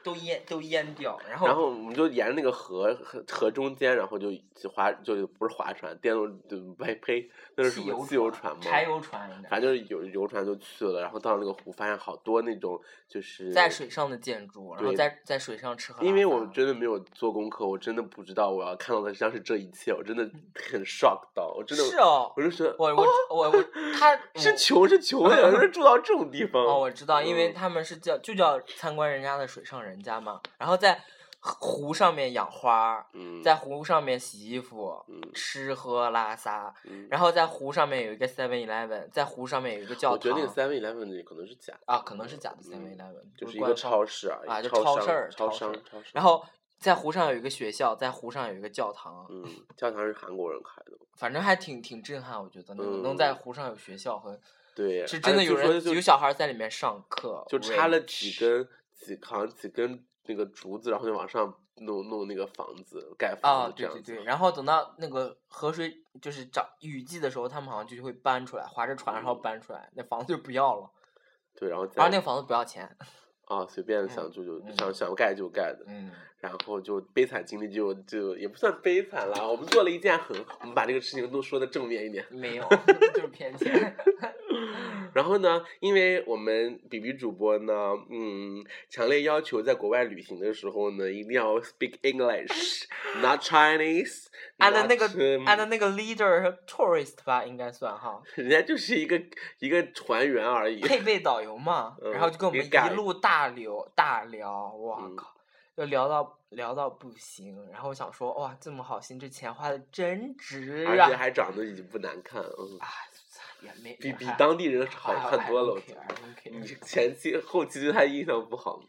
[SPEAKER 5] 都淹都淹掉，然后
[SPEAKER 6] 然后我们就沿着那个河河河中间，然后就就划就不是划船，电动就呸呸，那是什么
[SPEAKER 5] 游
[SPEAKER 6] 汽油船吗？
[SPEAKER 5] 柴油船应该
[SPEAKER 6] 反正就是有游船就去了，然后到那个湖，发现好多那种就是
[SPEAKER 5] 在水上的建筑，然后
[SPEAKER 6] 对
[SPEAKER 5] 在在水上吃啊喝拉撒。
[SPEAKER 6] 因为我真的没有做功课，我真的不知道我要看到的像是这一切，我真的很 shock 到，我真的，
[SPEAKER 5] 嗯是哦，
[SPEAKER 6] 我就觉得
[SPEAKER 5] 我我我 我他
[SPEAKER 6] 是
[SPEAKER 5] 我
[SPEAKER 6] 穷是穷呀，能住到这种地方，
[SPEAKER 5] 哦，我知道，因为
[SPEAKER 6] 嗯
[SPEAKER 5] 他们是叫就叫参观人家的水上人家嘛，然后在湖上面养花儿，
[SPEAKER 6] 嗯，
[SPEAKER 5] 在湖上面洗衣服。
[SPEAKER 6] 嗯
[SPEAKER 5] 吃喝拉撒，
[SPEAKER 6] 嗯，
[SPEAKER 5] 然后在湖上面有一个 Seven Eleven，在湖上面有一个教堂。
[SPEAKER 6] 我觉得那个 Seven Eleven 也可能是假的
[SPEAKER 5] 啊，可能是假的
[SPEAKER 6] 嗯
[SPEAKER 5] Seven Eleven，
[SPEAKER 6] 就是一个超
[SPEAKER 5] 市。
[SPEAKER 6] 市而已
[SPEAKER 5] 啊就超
[SPEAKER 6] 超
[SPEAKER 5] 市儿
[SPEAKER 6] 商超
[SPEAKER 5] 超市
[SPEAKER 6] 商
[SPEAKER 5] 儿
[SPEAKER 6] 超市，
[SPEAKER 5] 然后在湖上有一个学校，在湖上有一个教堂，
[SPEAKER 6] 嗯，教堂是韩国人开的，
[SPEAKER 5] 反正还挺挺震撼，我觉得那个能
[SPEAKER 6] 嗯
[SPEAKER 5] 在湖上有学校和
[SPEAKER 6] 对，
[SPEAKER 5] 是
[SPEAKER 6] 而
[SPEAKER 5] 真的
[SPEAKER 6] 且
[SPEAKER 5] 有
[SPEAKER 6] 据说
[SPEAKER 5] 人
[SPEAKER 6] 就
[SPEAKER 5] 有小孩在里面上课，
[SPEAKER 6] 就插了
[SPEAKER 5] rich
[SPEAKER 6] 几根几好像几根那个竹子，然后就往上弄弄那个房子盖
[SPEAKER 5] 啊，
[SPEAKER 6] 房子这
[SPEAKER 5] 对
[SPEAKER 6] 样
[SPEAKER 5] 对
[SPEAKER 6] 子，
[SPEAKER 5] 对，然后等到那个河水就是涨雨季的时候，他们好像就会搬出来，划着船然后
[SPEAKER 6] 嗯
[SPEAKER 5] 搬出来，那房子就不要了，
[SPEAKER 6] 对，然后
[SPEAKER 5] 然后
[SPEAKER 6] 再
[SPEAKER 5] 那个房子不要钱，
[SPEAKER 6] 啊随便
[SPEAKER 5] 嗯
[SPEAKER 6] 想住就
[SPEAKER 5] 嗯
[SPEAKER 6] 想想盖就盖的，
[SPEAKER 5] 嗯，
[SPEAKER 6] 然后就悲惨经历就就也不算悲惨啦，我们做了一件很，我们把这个事情都说的正面一点。
[SPEAKER 5] 没 有，就是骗 钱，
[SPEAKER 6] 然后呢，因为我们比比主播呢，嗯，强烈要求在国外旅行的时候呢，一定要 speak English，not Chinese。
[SPEAKER 5] 按的那个按的
[SPEAKER 6] 那
[SPEAKER 5] 那个 leader 和 tourist 吧，应该算 哈，
[SPEAKER 6] 人家就是一个一个船员而已。
[SPEAKER 5] 配备导游嘛，
[SPEAKER 6] 嗯
[SPEAKER 5] 然后就跟我
[SPEAKER 6] 给
[SPEAKER 5] 们
[SPEAKER 6] 改
[SPEAKER 5] 一路大聊大聊，我
[SPEAKER 6] 嗯
[SPEAKER 5] 靠，就聊到聊到不行，然后我想说，哇，这么好心，这钱花的真值
[SPEAKER 6] 而且
[SPEAKER 5] 啊！
[SPEAKER 6] 还长得已经不难看，嗯，
[SPEAKER 5] 啊，也没
[SPEAKER 6] 比
[SPEAKER 5] 也
[SPEAKER 6] 比
[SPEAKER 5] 还哎
[SPEAKER 6] 当地人好
[SPEAKER 5] 还
[SPEAKER 6] 看
[SPEAKER 5] 还
[SPEAKER 6] 多了。我
[SPEAKER 5] OK，
[SPEAKER 6] 觉得嗯
[SPEAKER 5] 还 OK
[SPEAKER 6] 你前期后期对他印象不好，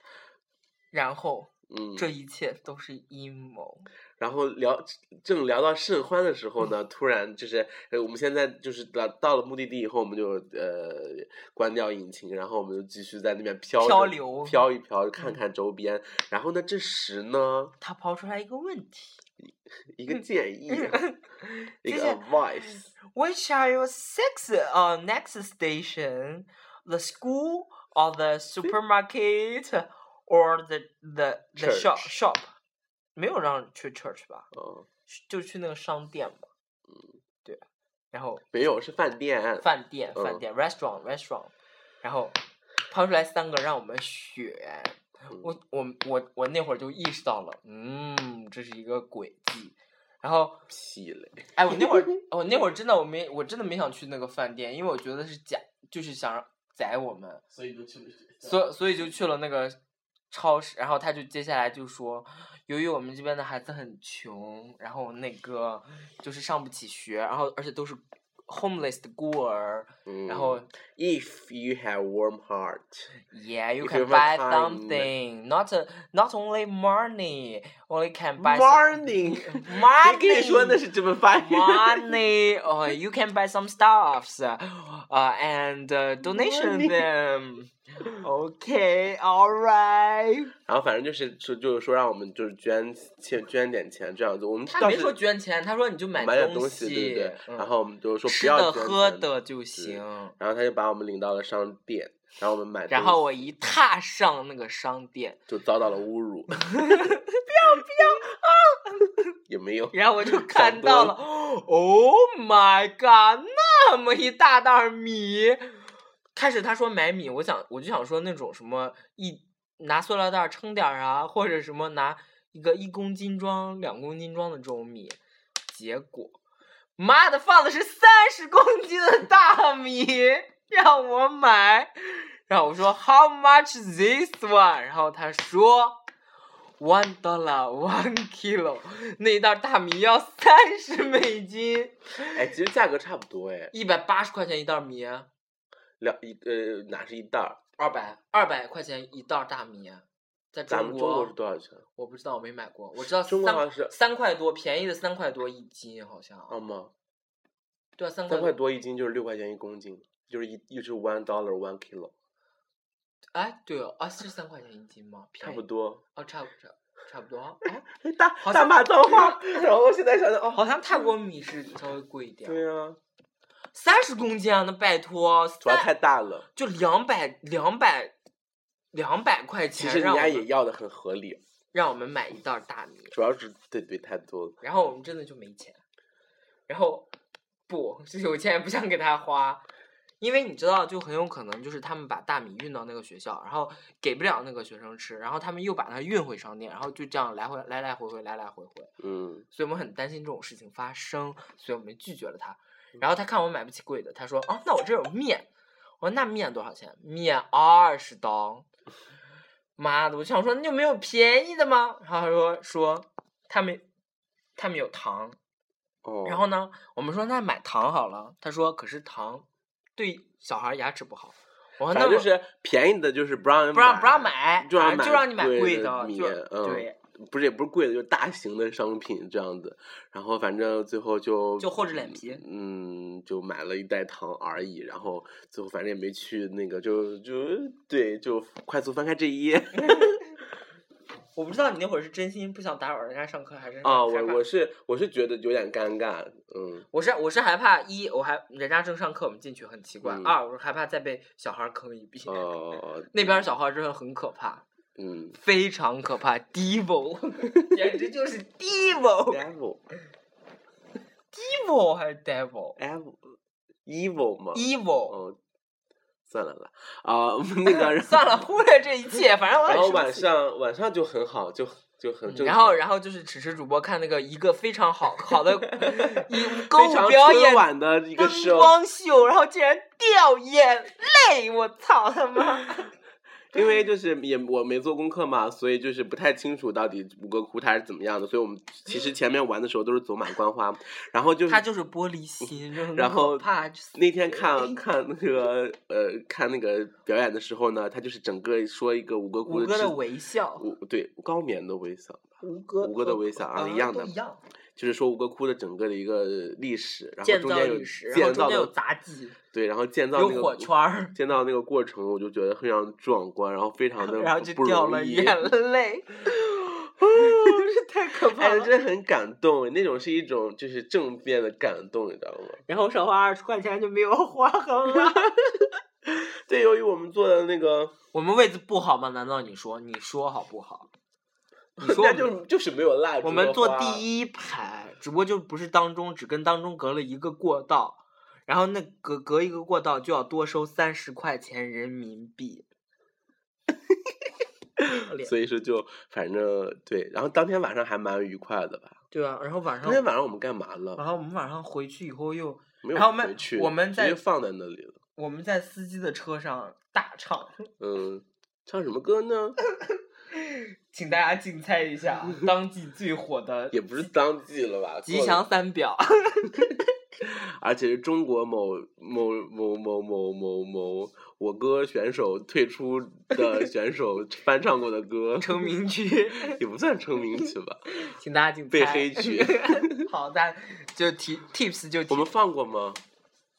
[SPEAKER 5] 然后
[SPEAKER 6] 嗯，
[SPEAKER 5] 这一切都是阴谋，
[SPEAKER 6] 然后聊正聊到甚欢的时候呢，突然就是呃，我们现在就是到到了目的地以后，我们就呃关掉引擎，然后我们就继续在那边飘
[SPEAKER 5] 漂
[SPEAKER 6] 着
[SPEAKER 5] 流嗯
[SPEAKER 6] 飘一飘，看看周边。然后呢，这时呢，
[SPEAKER 5] 他抛出来一个问题
[SPEAKER 6] 一个建议啊，
[SPEAKER 5] 嗯
[SPEAKER 6] 一
[SPEAKER 5] 就
[SPEAKER 6] 个
[SPEAKER 5] 是
[SPEAKER 6] advice，
[SPEAKER 5] ：Which are your six uh next station? The school or the supermarket or the the the shop
[SPEAKER 6] Church.
[SPEAKER 5] shop？没有让去 church 吧？
[SPEAKER 6] 哦，
[SPEAKER 5] 去就去那个商店嘛，对，然后
[SPEAKER 6] 没有是饭店，
[SPEAKER 5] 饭店饭
[SPEAKER 6] 嗯
[SPEAKER 5] 店 restaurant restaurant，然后抛出来三个让我们选，
[SPEAKER 6] 嗯
[SPEAKER 5] 我我我我那会儿就意识到了，嗯，这是一个诡计，然后
[SPEAKER 6] 屁嘞，
[SPEAKER 5] 哎，我那 会儿我那会儿真的我没我真的没想去那个饭店，因为我觉得是假，就是想让宰我们，
[SPEAKER 6] 所以就去不去？
[SPEAKER 5] 所所以就去了那个超市，然后他就接下来就说，由于我们这边的孩子很穷，然后那个就是上不起学，然后而且都是 homeless 的孤儿，
[SPEAKER 6] 嗯，
[SPEAKER 5] 然后
[SPEAKER 6] if you have warm heart，
[SPEAKER 5] yeah you
[SPEAKER 6] If
[SPEAKER 5] can
[SPEAKER 6] you have
[SPEAKER 5] buy
[SPEAKER 6] time.
[SPEAKER 5] something not a, not only money only can buy some-
[SPEAKER 6] morning，谁 跟你说那
[SPEAKER 5] money
[SPEAKER 6] 是这么发音？
[SPEAKER 5] money or you can buy some stuffs uh, and uh, donation
[SPEAKER 6] Money.
[SPEAKER 5] them okay all right
[SPEAKER 6] 然后反正就是说，就是说让我们就是捐钱捐点钱这样子，我们
[SPEAKER 5] 他
[SPEAKER 6] 倒
[SPEAKER 5] 没
[SPEAKER 6] 是
[SPEAKER 5] 说捐钱，他说你就买
[SPEAKER 6] 买点东
[SPEAKER 5] 东
[SPEAKER 6] 西，对不对？
[SPEAKER 5] 嗯
[SPEAKER 6] 然后我们就说不
[SPEAKER 5] 吃
[SPEAKER 6] 要
[SPEAKER 5] 的
[SPEAKER 6] 捐
[SPEAKER 5] 喝
[SPEAKER 6] 钱
[SPEAKER 5] 的就行。
[SPEAKER 6] 然后他就把我们领到了商店，然后我们买东西，
[SPEAKER 5] 然后我一踏上那个商店，
[SPEAKER 6] 就遭到了 侮辱，不要不要啊！也 没有，
[SPEAKER 5] 然后我就看
[SPEAKER 6] 想多
[SPEAKER 5] 到了，Oh my god，那么一大袋米。开始他说买米，我想我就想说那种什么一拿塑料袋儿称点儿啊，或者什么拿一个一公斤装、两公斤装的这种米，结果妈的放的是三十公斤的大米，让我买，然后我说 How much this one？然后他说 One dollar one kilo，那 一袋大米要三十美金，
[SPEAKER 6] 哎，其实价格差不多哎，
[SPEAKER 5] 一百八十块钱一袋米，啊
[SPEAKER 6] 两一呃哪是一袋儿？
[SPEAKER 5] 二百二百块钱一袋大米，啊在
[SPEAKER 6] 咱们中国是多少钱？
[SPEAKER 5] 我不知道，我没买过。我知道
[SPEAKER 6] 中国
[SPEAKER 5] 三
[SPEAKER 6] 好像是
[SPEAKER 5] 三块多，便宜的三块多一斤，好像。
[SPEAKER 6] 啊吗？
[SPEAKER 5] 对啊，三块
[SPEAKER 6] 三块。多一斤就是六块钱一公斤，就是一就是 one dollar one kilo，
[SPEAKER 5] 哎，对哦，啊，是三块钱一斤吗？
[SPEAKER 6] 差不
[SPEAKER 5] 便宜。
[SPEAKER 6] 多。
[SPEAKER 5] 哦，差不差差不多。哎，
[SPEAKER 6] 大
[SPEAKER 5] 好
[SPEAKER 6] 大
[SPEAKER 5] 像
[SPEAKER 6] 骂脏 话，然后我现在想想，哦，
[SPEAKER 5] 好像泰国米是稍微贵一点。
[SPEAKER 6] 对啊，
[SPEAKER 5] 三十公斤啊，那拜托，
[SPEAKER 6] 主要
[SPEAKER 5] 三
[SPEAKER 6] 太大了。
[SPEAKER 5] 就两百两百两百块
[SPEAKER 6] 其
[SPEAKER 5] 钱，
[SPEAKER 6] 实人
[SPEAKER 5] 让我
[SPEAKER 6] 家
[SPEAKER 5] 们
[SPEAKER 6] 也要的很合理，
[SPEAKER 5] 让我们买一袋大米。
[SPEAKER 6] 主要是对对太多了。
[SPEAKER 5] 然后我们真的就没钱，然后不，是有钱也不想给他花，因为你知道，就很有可能就是他们把大米运到那个学校，然后给不了那个学生吃，然后他们又把它运回商店，然后就这样来回来来回回来来回回，
[SPEAKER 6] 嗯，
[SPEAKER 5] 所以我们很担心这种事情发生，所以我们拒绝了他。
[SPEAKER 6] 嗯
[SPEAKER 5] 然后他看我买不起贵的，他说：“啊，那我这有面。”我说：“那面多少钱？”面二十 刀。妈的，我就想说你有没有便宜的吗？然后他说说他们他们有糖，
[SPEAKER 6] 哦，
[SPEAKER 5] 然后呢，我们说那买糖好了。他说可是糖对小孩牙齿不好。我说
[SPEAKER 6] 反
[SPEAKER 5] 那
[SPEAKER 6] 正就
[SPEAKER 5] 我
[SPEAKER 6] 是便宜的，就是不让人
[SPEAKER 5] 不让不让
[SPEAKER 6] 买，
[SPEAKER 5] 买，
[SPEAKER 6] 就让
[SPEAKER 5] 反正就
[SPEAKER 6] 买
[SPEAKER 5] 让你买
[SPEAKER 6] 贵
[SPEAKER 5] 贵
[SPEAKER 6] 的
[SPEAKER 5] 的，
[SPEAKER 6] 米
[SPEAKER 5] 就
[SPEAKER 6] 嗯
[SPEAKER 5] 对，
[SPEAKER 6] 不是也不是贵的，就是大型的商品这样子。然后反正最后就
[SPEAKER 5] 就厚着脸皮。
[SPEAKER 6] 嗯，就买了一袋糖而已，然后最后反正也没去那个，就就对，就快速翻开这一 页
[SPEAKER 5] 我不知道你那会儿是真心不想打扰人家上课，还是
[SPEAKER 6] 啊，
[SPEAKER 5] 害
[SPEAKER 6] 我
[SPEAKER 5] 怕
[SPEAKER 6] 我是我是觉得有点尴尬， 嗯，
[SPEAKER 5] 我是我是害怕一，我还人家正上课，我们进去很奇怪；
[SPEAKER 6] 嗯
[SPEAKER 5] 二，我是害怕再被小孩儿坑一笔。
[SPEAKER 6] 哦，
[SPEAKER 5] 那边儿小孩儿真的很可怕，
[SPEAKER 6] 嗯
[SPEAKER 5] 非常可怕，devil，简 直就是 devil，devil
[SPEAKER 6] ，evil
[SPEAKER 5] 还是 devil，evil
[SPEAKER 6] evil evil 嘛，。哦，算了吧，啊， 那个，然 后
[SPEAKER 5] 算了，忽略这一切，反正我
[SPEAKER 6] 然后
[SPEAKER 5] 很
[SPEAKER 6] 晚
[SPEAKER 5] 生气。
[SPEAKER 6] 上晚上就很好，就就很正
[SPEAKER 5] 嗯然
[SPEAKER 6] 常
[SPEAKER 5] 后，然后就是只是主播看那个一个非常好好 的一歌
[SPEAKER 6] 非
[SPEAKER 5] 舞
[SPEAKER 6] 常
[SPEAKER 5] 表演
[SPEAKER 6] 春晚的一个
[SPEAKER 5] 灯
[SPEAKER 6] show，
[SPEAKER 5] 光秀，然后竟然掉眼泪，我操他妈！
[SPEAKER 6] 因为就是也我没做功课嘛，所以就是不太清楚到底五个窟它是怎么样的，所以我们其实前面玩的时候都是走马观花，然后就是
[SPEAKER 5] 他就是玻璃 心，就是
[SPEAKER 6] 然后
[SPEAKER 5] 怕
[SPEAKER 6] 那天看看那个呃看那个表演的时候呢，他就是整个说一个五个窟
[SPEAKER 5] 五哥
[SPEAKER 6] 制
[SPEAKER 5] 的微笑，
[SPEAKER 6] 五对高棉的微笑，
[SPEAKER 5] 吴哥
[SPEAKER 6] 吴哥的微笑啊一样的
[SPEAKER 5] 哦呃一样，
[SPEAKER 6] 就是说吴哥窟的整个的一个历史，然后
[SPEAKER 5] 建
[SPEAKER 6] 中
[SPEAKER 5] 造
[SPEAKER 6] 间有
[SPEAKER 5] 历史，然后中
[SPEAKER 6] 建造
[SPEAKER 5] 间有
[SPEAKER 6] 的
[SPEAKER 5] 杂技，
[SPEAKER 6] 对，然后建造
[SPEAKER 5] 有
[SPEAKER 6] 那个
[SPEAKER 5] 火圈 儿，
[SPEAKER 6] 建造那个过程，我就觉得非常壮观，然后非常的
[SPEAKER 5] 然后就
[SPEAKER 6] 不
[SPEAKER 5] 掉
[SPEAKER 6] 容
[SPEAKER 5] 了
[SPEAKER 6] 易。
[SPEAKER 5] 眼泪，哦，这太 可怕
[SPEAKER 6] 哎，
[SPEAKER 5] 了。
[SPEAKER 6] 真的很感动，那种是一种就是正面的感动，你知道吗？
[SPEAKER 5] 然后少花二十块钱就没有 花痕了。
[SPEAKER 6] 对，由于我们做的那个，
[SPEAKER 5] 我们位置不好吗？难道你说？你说好不好？你
[SPEAKER 6] 人
[SPEAKER 5] 说我
[SPEAKER 6] 家
[SPEAKER 5] 们
[SPEAKER 6] 就就是没有蜡烛
[SPEAKER 5] 我们坐
[SPEAKER 6] 一，
[SPEAKER 5] 第一排，只不过就不是当中，只跟当中隔了一个过道，然后那隔隔一个过道就要多收三十块钱人民币。
[SPEAKER 6] 所以说就反正对，然后当天晚上还蛮愉快的吧。
[SPEAKER 5] 对啊，然后晚上
[SPEAKER 6] 当，天晚上我们干嘛了？
[SPEAKER 5] 然后我们晚上回去以后又，
[SPEAKER 6] 没
[SPEAKER 5] 然后
[SPEAKER 6] 有
[SPEAKER 5] 我们
[SPEAKER 6] 回去，
[SPEAKER 5] 我们
[SPEAKER 6] 直
[SPEAKER 5] 在
[SPEAKER 6] 接放在那里了。
[SPEAKER 5] 我们在司机的车上大唱，
[SPEAKER 6] 嗯，唱什么歌呢？
[SPEAKER 5] 请大家竞猜一 下当季最火的
[SPEAKER 6] 也不是当季了吧？
[SPEAKER 5] 吉
[SPEAKER 6] 做了
[SPEAKER 5] 祥三表。
[SPEAKER 6] 而且是中国某某某某某某某我歌选手退出 的选手翻唱过的歌，
[SPEAKER 5] 成名曲，
[SPEAKER 6] 也不算成名曲吧？
[SPEAKER 5] 请大家竞猜。
[SPEAKER 6] 被 黑曲
[SPEAKER 5] 好，大家就提 tips 就提
[SPEAKER 6] 我们放过吗？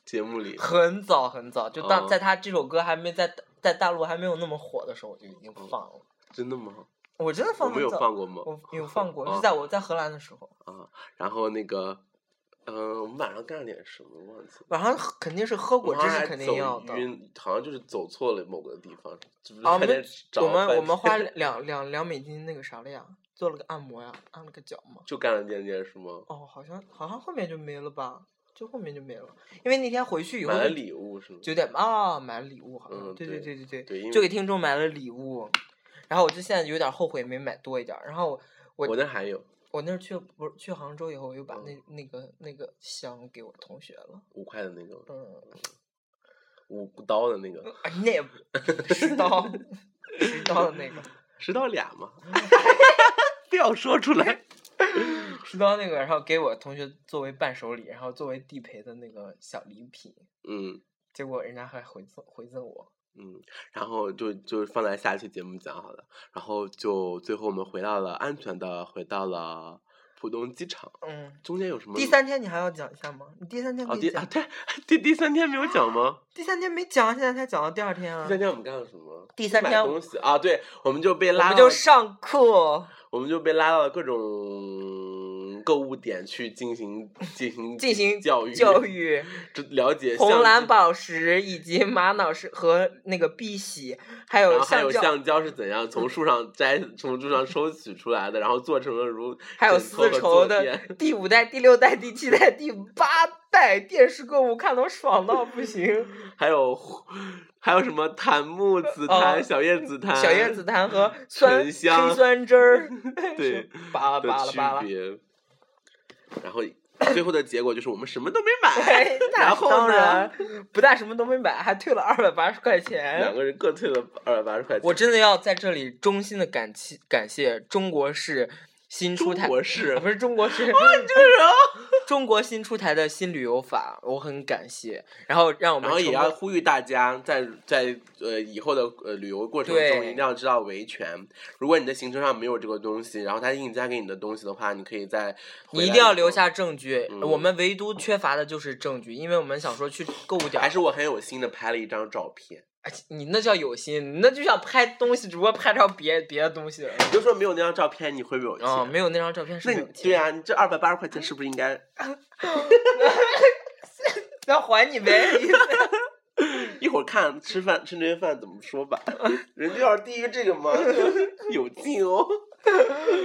[SPEAKER 6] 节目里
[SPEAKER 5] 很早很早，就当、
[SPEAKER 6] 嗯
[SPEAKER 5] 在他这首歌还没在在大陆还没有那么火的时候，我就已经放了。
[SPEAKER 6] 真的吗？
[SPEAKER 5] 我真的
[SPEAKER 6] 嗯我
[SPEAKER 5] 放
[SPEAKER 6] 没有
[SPEAKER 5] 很早
[SPEAKER 6] 放过吗？
[SPEAKER 5] 我有放 过，
[SPEAKER 6] 啊
[SPEAKER 5] 是在我在荷兰的时候，
[SPEAKER 6] 然后那个，嗯、我们晚上干了点什么忘记了。
[SPEAKER 5] 晚上喝肯定是喝果
[SPEAKER 6] 我
[SPEAKER 5] 汁
[SPEAKER 6] 们
[SPEAKER 5] 是
[SPEAKER 6] 还
[SPEAKER 5] 肯定
[SPEAKER 6] 走
[SPEAKER 5] 要的。
[SPEAKER 6] 晕，好像就是走错了某个地方，是不是
[SPEAKER 5] 啊，我
[SPEAKER 6] 还在
[SPEAKER 5] 们
[SPEAKER 6] 找
[SPEAKER 5] 我们
[SPEAKER 6] 半
[SPEAKER 5] 我们
[SPEAKER 6] 天
[SPEAKER 5] 花 两两两美金那个啥了呀，做了个按摩呀，按了个脚嘛。
[SPEAKER 6] 就干了这件事吗？
[SPEAKER 5] 哦，好像好像后面就没了吧，就后面就没了，因为那天回去以后
[SPEAKER 6] 买了礼物是吗？
[SPEAKER 5] 九点啊，买了礼物好像，
[SPEAKER 6] 嗯
[SPEAKER 5] 对
[SPEAKER 6] 对
[SPEAKER 5] 对对对
[SPEAKER 6] 对因为
[SPEAKER 5] 就给听众买了礼物，然后我就现在有点后悔没买多一点儿，然后我我
[SPEAKER 6] 我那还有
[SPEAKER 5] 我那儿去不是去杭州以后，我又把
[SPEAKER 6] 嗯
[SPEAKER 5] 那、那个那个箱给我同学了。
[SPEAKER 6] 五块的那个，
[SPEAKER 5] 嗯，
[SPEAKER 6] 五刀的那个，
[SPEAKER 5] 哎，那也不十刀，十刀的那个，
[SPEAKER 6] 十刀俩 嘛，非要说出来。
[SPEAKER 5] 十刀那个，然后给我同学作为伴手礼，然后作为地陪的那个小礼品，
[SPEAKER 6] 嗯
[SPEAKER 5] 结果人家还回赠回赠我。
[SPEAKER 6] 嗯，然后就就放在下期节目讲好了。然后就最后我们回到了安全的回到了浦东机场，
[SPEAKER 5] 嗯，
[SPEAKER 6] 中间有什么？
[SPEAKER 5] 第三天你还要讲一下吗？你第三天
[SPEAKER 6] 哦
[SPEAKER 5] 可
[SPEAKER 6] 第
[SPEAKER 5] 以
[SPEAKER 6] 啊
[SPEAKER 5] 讲，
[SPEAKER 6] 对 第第三天没有讲吗？
[SPEAKER 5] 第三天没讲，现在才讲到第二天啊
[SPEAKER 6] 第。三天我们干了什么？
[SPEAKER 5] 第三
[SPEAKER 6] 买
[SPEAKER 5] 天
[SPEAKER 6] 东西啊，对，我们就被
[SPEAKER 5] 我
[SPEAKER 6] 拉
[SPEAKER 5] 们
[SPEAKER 6] 到
[SPEAKER 5] 就上课
[SPEAKER 6] 我们就被拉到了各种购物点去进行进行
[SPEAKER 5] 进行
[SPEAKER 6] 教育
[SPEAKER 5] 教育，
[SPEAKER 6] 只了解
[SPEAKER 5] 红
[SPEAKER 6] 橡
[SPEAKER 5] 蓝
[SPEAKER 6] 胶，
[SPEAKER 5] 宝石以及玛瑙石和那个碧玺，还
[SPEAKER 6] 然
[SPEAKER 5] 有
[SPEAKER 6] 后还
[SPEAKER 5] 橡
[SPEAKER 6] 有
[SPEAKER 5] 胶，
[SPEAKER 6] 橡胶是怎样从树上摘、从树上抽取出来的，然后做成了如
[SPEAKER 5] 还有
[SPEAKER 6] 枕头
[SPEAKER 5] 丝
[SPEAKER 6] 和
[SPEAKER 5] 绸
[SPEAKER 6] 坐
[SPEAKER 5] 的
[SPEAKER 6] 垫
[SPEAKER 5] 第五代、第六代、第七代、第八代电视购物，看得我爽到不 行。
[SPEAKER 6] 还有还有什么檀木紫
[SPEAKER 5] 哦
[SPEAKER 6] 檀、小叶紫檀、
[SPEAKER 5] 小叶紫檀和酸
[SPEAKER 6] 沉
[SPEAKER 5] 黑
[SPEAKER 6] 香
[SPEAKER 5] 酸汁儿，
[SPEAKER 6] 对
[SPEAKER 5] 是巴拉
[SPEAKER 6] 的
[SPEAKER 5] 巴拉巴拉
[SPEAKER 6] 区。别。然后最后的结果就是我们什么都没买，
[SPEAKER 5] 哎那
[SPEAKER 6] 然后
[SPEAKER 5] 当
[SPEAKER 6] 呢
[SPEAKER 5] 然，，不但什么都没买，还退了二百八十块
[SPEAKER 6] 两
[SPEAKER 5] 钱。
[SPEAKER 6] 个人各退了二百八十块钱。
[SPEAKER 5] 哎我真的要在这里衷心的感谢感谢中国式新出
[SPEAKER 6] 中
[SPEAKER 5] 台，
[SPEAKER 6] 国式
[SPEAKER 5] 啊不是中国式，
[SPEAKER 6] 啊
[SPEAKER 5] 中国新出台的新旅游法，我很感谢。然后让我们
[SPEAKER 6] 然后也
[SPEAKER 5] 成
[SPEAKER 6] 要
[SPEAKER 5] 功
[SPEAKER 6] 呼吁大家在，在呃以后的呃旅游过程
[SPEAKER 5] 对
[SPEAKER 6] 中，一定要知道维权。如果你的行程上没有这个东西，然后他硬加给你的东西的话，你可以在回
[SPEAKER 5] 你一
[SPEAKER 6] 来
[SPEAKER 5] 定要
[SPEAKER 6] 以
[SPEAKER 5] 留
[SPEAKER 6] 后。
[SPEAKER 5] 下证据。
[SPEAKER 6] 嗯
[SPEAKER 5] 我们唯独缺乏的就是证据，因为我们想说去购物点儿
[SPEAKER 6] 还，是我很有心的拍了一张照片，
[SPEAKER 5] 哎你那叫有心，你那就想拍东西，只不过拍到别别的东西了。
[SPEAKER 6] 你就说没有那张照片，你会不会有钱？
[SPEAKER 5] 哦，没有那张照片是
[SPEAKER 6] 那
[SPEAKER 5] 没
[SPEAKER 6] 你
[SPEAKER 5] 有钱。
[SPEAKER 6] 对，啊，你这二百八十块钱是不是应该
[SPEAKER 5] 那还你呗。 意思
[SPEAKER 6] 一会儿看吃饭吃那顿饭怎么说吧？人家要是低于这个嘛， 有劲哦。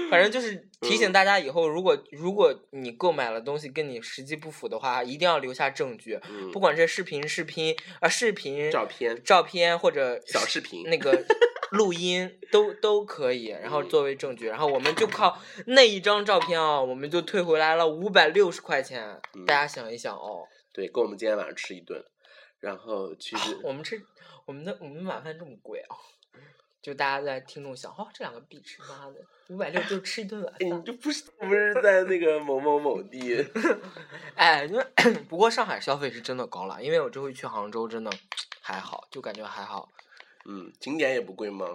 [SPEAKER 5] 反正就是提
[SPEAKER 6] 嗯
[SPEAKER 5] 醒大家，以后如果如果你购买了东西跟你实际不符的话，一定要留下证据，
[SPEAKER 6] 嗯
[SPEAKER 5] 不管是视频、视频啊、视频呃
[SPEAKER 6] 照片
[SPEAKER 5] 照片或者
[SPEAKER 6] 小视频
[SPEAKER 5] 那个录音都都可以，然
[SPEAKER 6] 嗯
[SPEAKER 5] 后作为证据，然后我们就靠那一张照片啊、我们就退回来了五百六十块钱。
[SPEAKER 6] 嗯
[SPEAKER 5] 大家想一想哦，
[SPEAKER 6] 对，跟我们今天晚上吃一顿，然后 去
[SPEAKER 5] 哦我们吃我们的我们晚饭这么贵啊、 就大家在听众想，哦，这两个必吃，妈的，五百六就吃一顿晚
[SPEAKER 6] 哎，你
[SPEAKER 5] 饭。
[SPEAKER 6] 就不是不是在那个某某某地？
[SPEAKER 5] 哎，因为 不过上海消费是真的高了，因为我这回去杭州真的还好，就感觉还好。
[SPEAKER 6] 嗯，景点也不贵吗？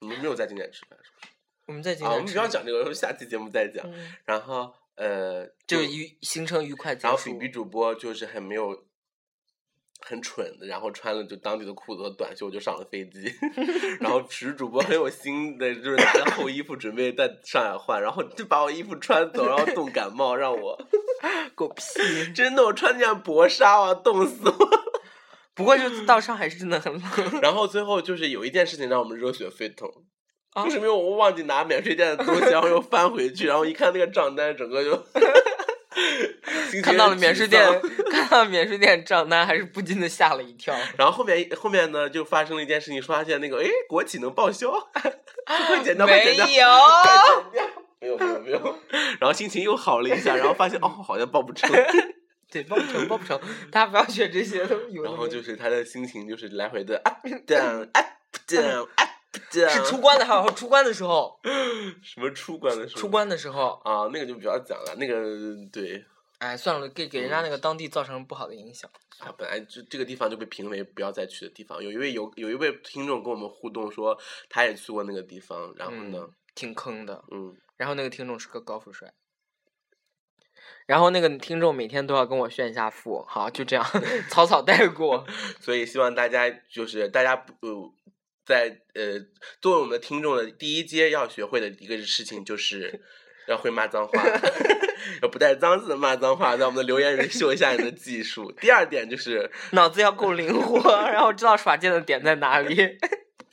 [SPEAKER 6] 你们没有在景点吃饭是吧
[SPEAKER 5] 我们在景
[SPEAKER 6] 啊，我
[SPEAKER 5] 点
[SPEAKER 6] 们
[SPEAKER 5] 吃
[SPEAKER 6] 不要讲这个，我们下期节目再讲。
[SPEAKER 5] 嗯
[SPEAKER 6] 然后呃，
[SPEAKER 5] 就愉行程愉快结
[SPEAKER 6] 然后
[SPEAKER 5] 束
[SPEAKER 6] B B 主播就是很没有。很蠢的，然后穿了就当地的裤子和短袖就上了飞 机，然后石主播很有心的，就是拿着厚衣服准备在上海换，然后就把我衣服穿走，然后冻感冒，让我
[SPEAKER 5] 狗屁！
[SPEAKER 6] 真的我穿那件薄纱，我要冻死我。
[SPEAKER 5] 不过就到上海是真的 很 冷，
[SPEAKER 6] 然后最后就是有一件事情让我们热血沸腾，
[SPEAKER 5] 啊
[SPEAKER 6] 就是因为我忘记拿免税店的东西，然后又翻回去，然后一看那个账单，整 个就心情
[SPEAKER 5] 看到了
[SPEAKER 6] 沮
[SPEAKER 5] 免税
[SPEAKER 6] 丧
[SPEAKER 5] 店，看到了免税店账单，还是不禁的吓了一 跳。
[SPEAKER 6] 然后后面后面呢，就发生了一件事情，发现那个哎，国企能报 销，快剪掉，快
[SPEAKER 5] 没
[SPEAKER 6] 剪掉，
[SPEAKER 5] 有，
[SPEAKER 6] 没有没有没有。然后心情又好了一下，然后发现哦，好像报不 成。
[SPEAKER 5] 对，报不成，报不成，大家不要学这些，都有的
[SPEAKER 6] 然后
[SPEAKER 5] 没
[SPEAKER 6] 就
[SPEAKER 5] 的
[SPEAKER 6] 是他的心情就是来回的 up down up down up down，
[SPEAKER 5] 是出关的，还有出关的时候，
[SPEAKER 6] 什么出关的时候
[SPEAKER 5] 出关的时候，
[SPEAKER 6] 啊，那个就不要讲了，那个对。
[SPEAKER 5] 哎，算了，给给
[SPEAKER 6] 嗯
[SPEAKER 5] 人家那个当地造成不好的影响。
[SPEAKER 6] 啊，本来就这个地方就被评为不要再去的地方。有一位有有一位听众跟我们互动说，他也去过那个地方，然后呢
[SPEAKER 5] 嗯，，挺坑的。
[SPEAKER 6] 嗯，
[SPEAKER 5] 然后那个听众是个高富帅，然后那个听众每天都要跟我炫一下富，好，就这样 草草带过。
[SPEAKER 6] 所以希望大家就是大家不、呃、在呃作为我们的听众的第一阶要学会的一个事情就是要会骂脏话， 要不带脏字的骂脏话，在我们的留言里秀一下你的技术。第二点就是
[SPEAKER 5] 脑子要够灵活，然后知道耍贱的点在哪里。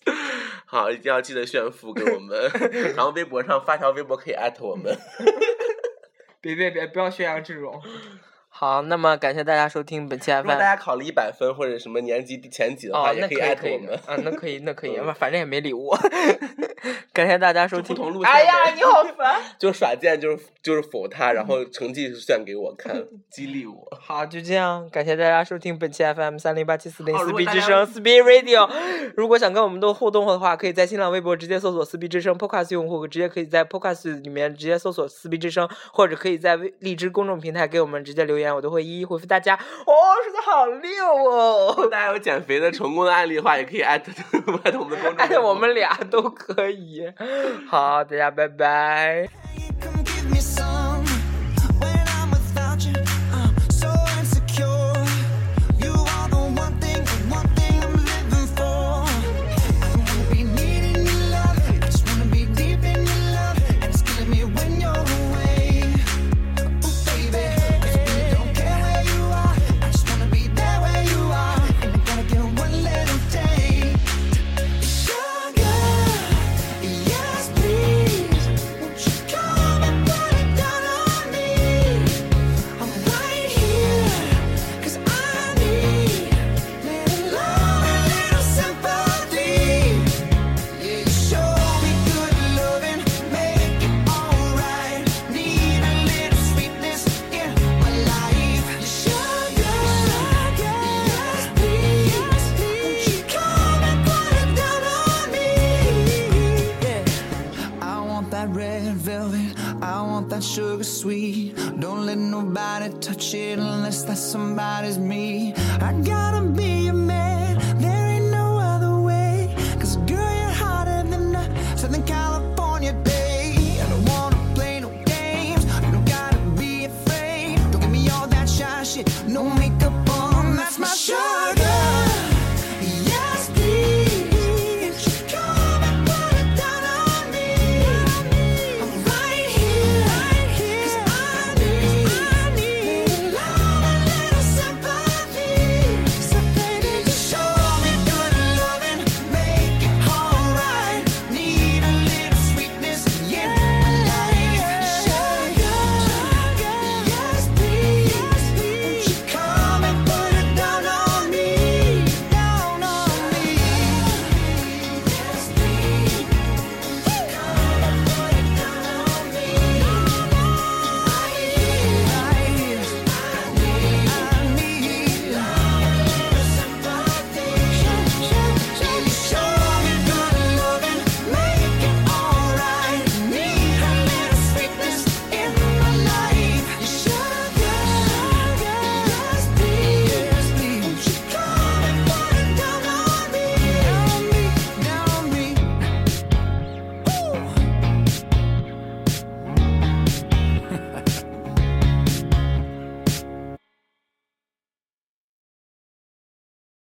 [SPEAKER 6] 好，一定要记得炫富给我们， 然后微博上发条微博可以艾特我们。
[SPEAKER 5] 别别别，不要宣扬这种。 好，那么感谢大家收听本期
[SPEAKER 6] 如果大
[SPEAKER 5] FM。
[SPEAKER 6] 家考了一百分或者什么年级第前几的话，
[SPEAKER 5] 哦，
[SPEAKER 6] 也
[SPEAKER 5] 那
[SPEAKER 6] 可
[SPEAKER 5] 可
[SPEAKER 6] 以艾啊
[SPEAKER 5] 以
[SPEAKER 6] 特
[SPEAKER 5] 可
[SPEAKER 6] 我
[SPEAKER 5] 以
[SPEAKER 6] 们。
[SPEAKER 5] 啊，那可以那可以，
[SPEAKER 6] 嗯
[SPEAKER 5] 反正也没礼物。 感谢大家收
[SPEAKER 6] 就
[SPEAKER 5] 听。
[SPEAKER 6] 不同路线
[SPEAKER 7] 哎呀，
[SPEAKER 6] 呗
[SPEAKER 7] 你好烦。
[SPEAKER 6] 就耍贱，就是就是否他，然后成绩算给我 看，激励我。
[SPEAKER 5] 好，就这样，感谢大家收听本期 FM 三零八七四零
[SPEAKER 6] 哦
[SPEAKER 5] 四
[SPEAKER 6] 如果
[SPEAKER 5] B
[SPEAKER 6] 大
[SPEAKER 5] 之
[SPEAKER 6] 家
[SPEAKER 5] 声四 B Radio。如果想跟我们多互动的话，可以在新浪微博直接搜索四 B 之声 Podcast 用户，直接可以在 Podcast 里面直接搜索四 B 之声，或者可以在微荔枝公众平台给我们直接留言，我都会一一回复大家。哦，说的好溜
[SPEAKER 6] 如果
[SPEAKER 5] 哦，
[SPEAKER 6] 大家有减肥的成功的案例的话，也可以艾特 艾特我们的公众。
[SPEAKER 5] 哎，我们俩都可以。好，大家拜拜。
[SPEAKER 4] Come give me some. When I'm without you, I'm so insecure. You are the one thing, the one thing I'm living for. I don't wanna be needing your love, I just wanna be deep in your love, and it's killing me when you're away. Ooh, baby, I really don't care where you are, I just wanna be there where you are, and I gotta get one little taste. Sugar, yes please. Won't you come and put it down on me? I'm right here 'cause I need little love and little sympathy. Yeah, you show me good loving, make it alright. Need a little sweetness in my life. Sugar, yes please. Won't you come and put it down on me? I want that red velvet. I want that sugar sweet. Don't let nobody touch it unless that somebody's me. I gotta be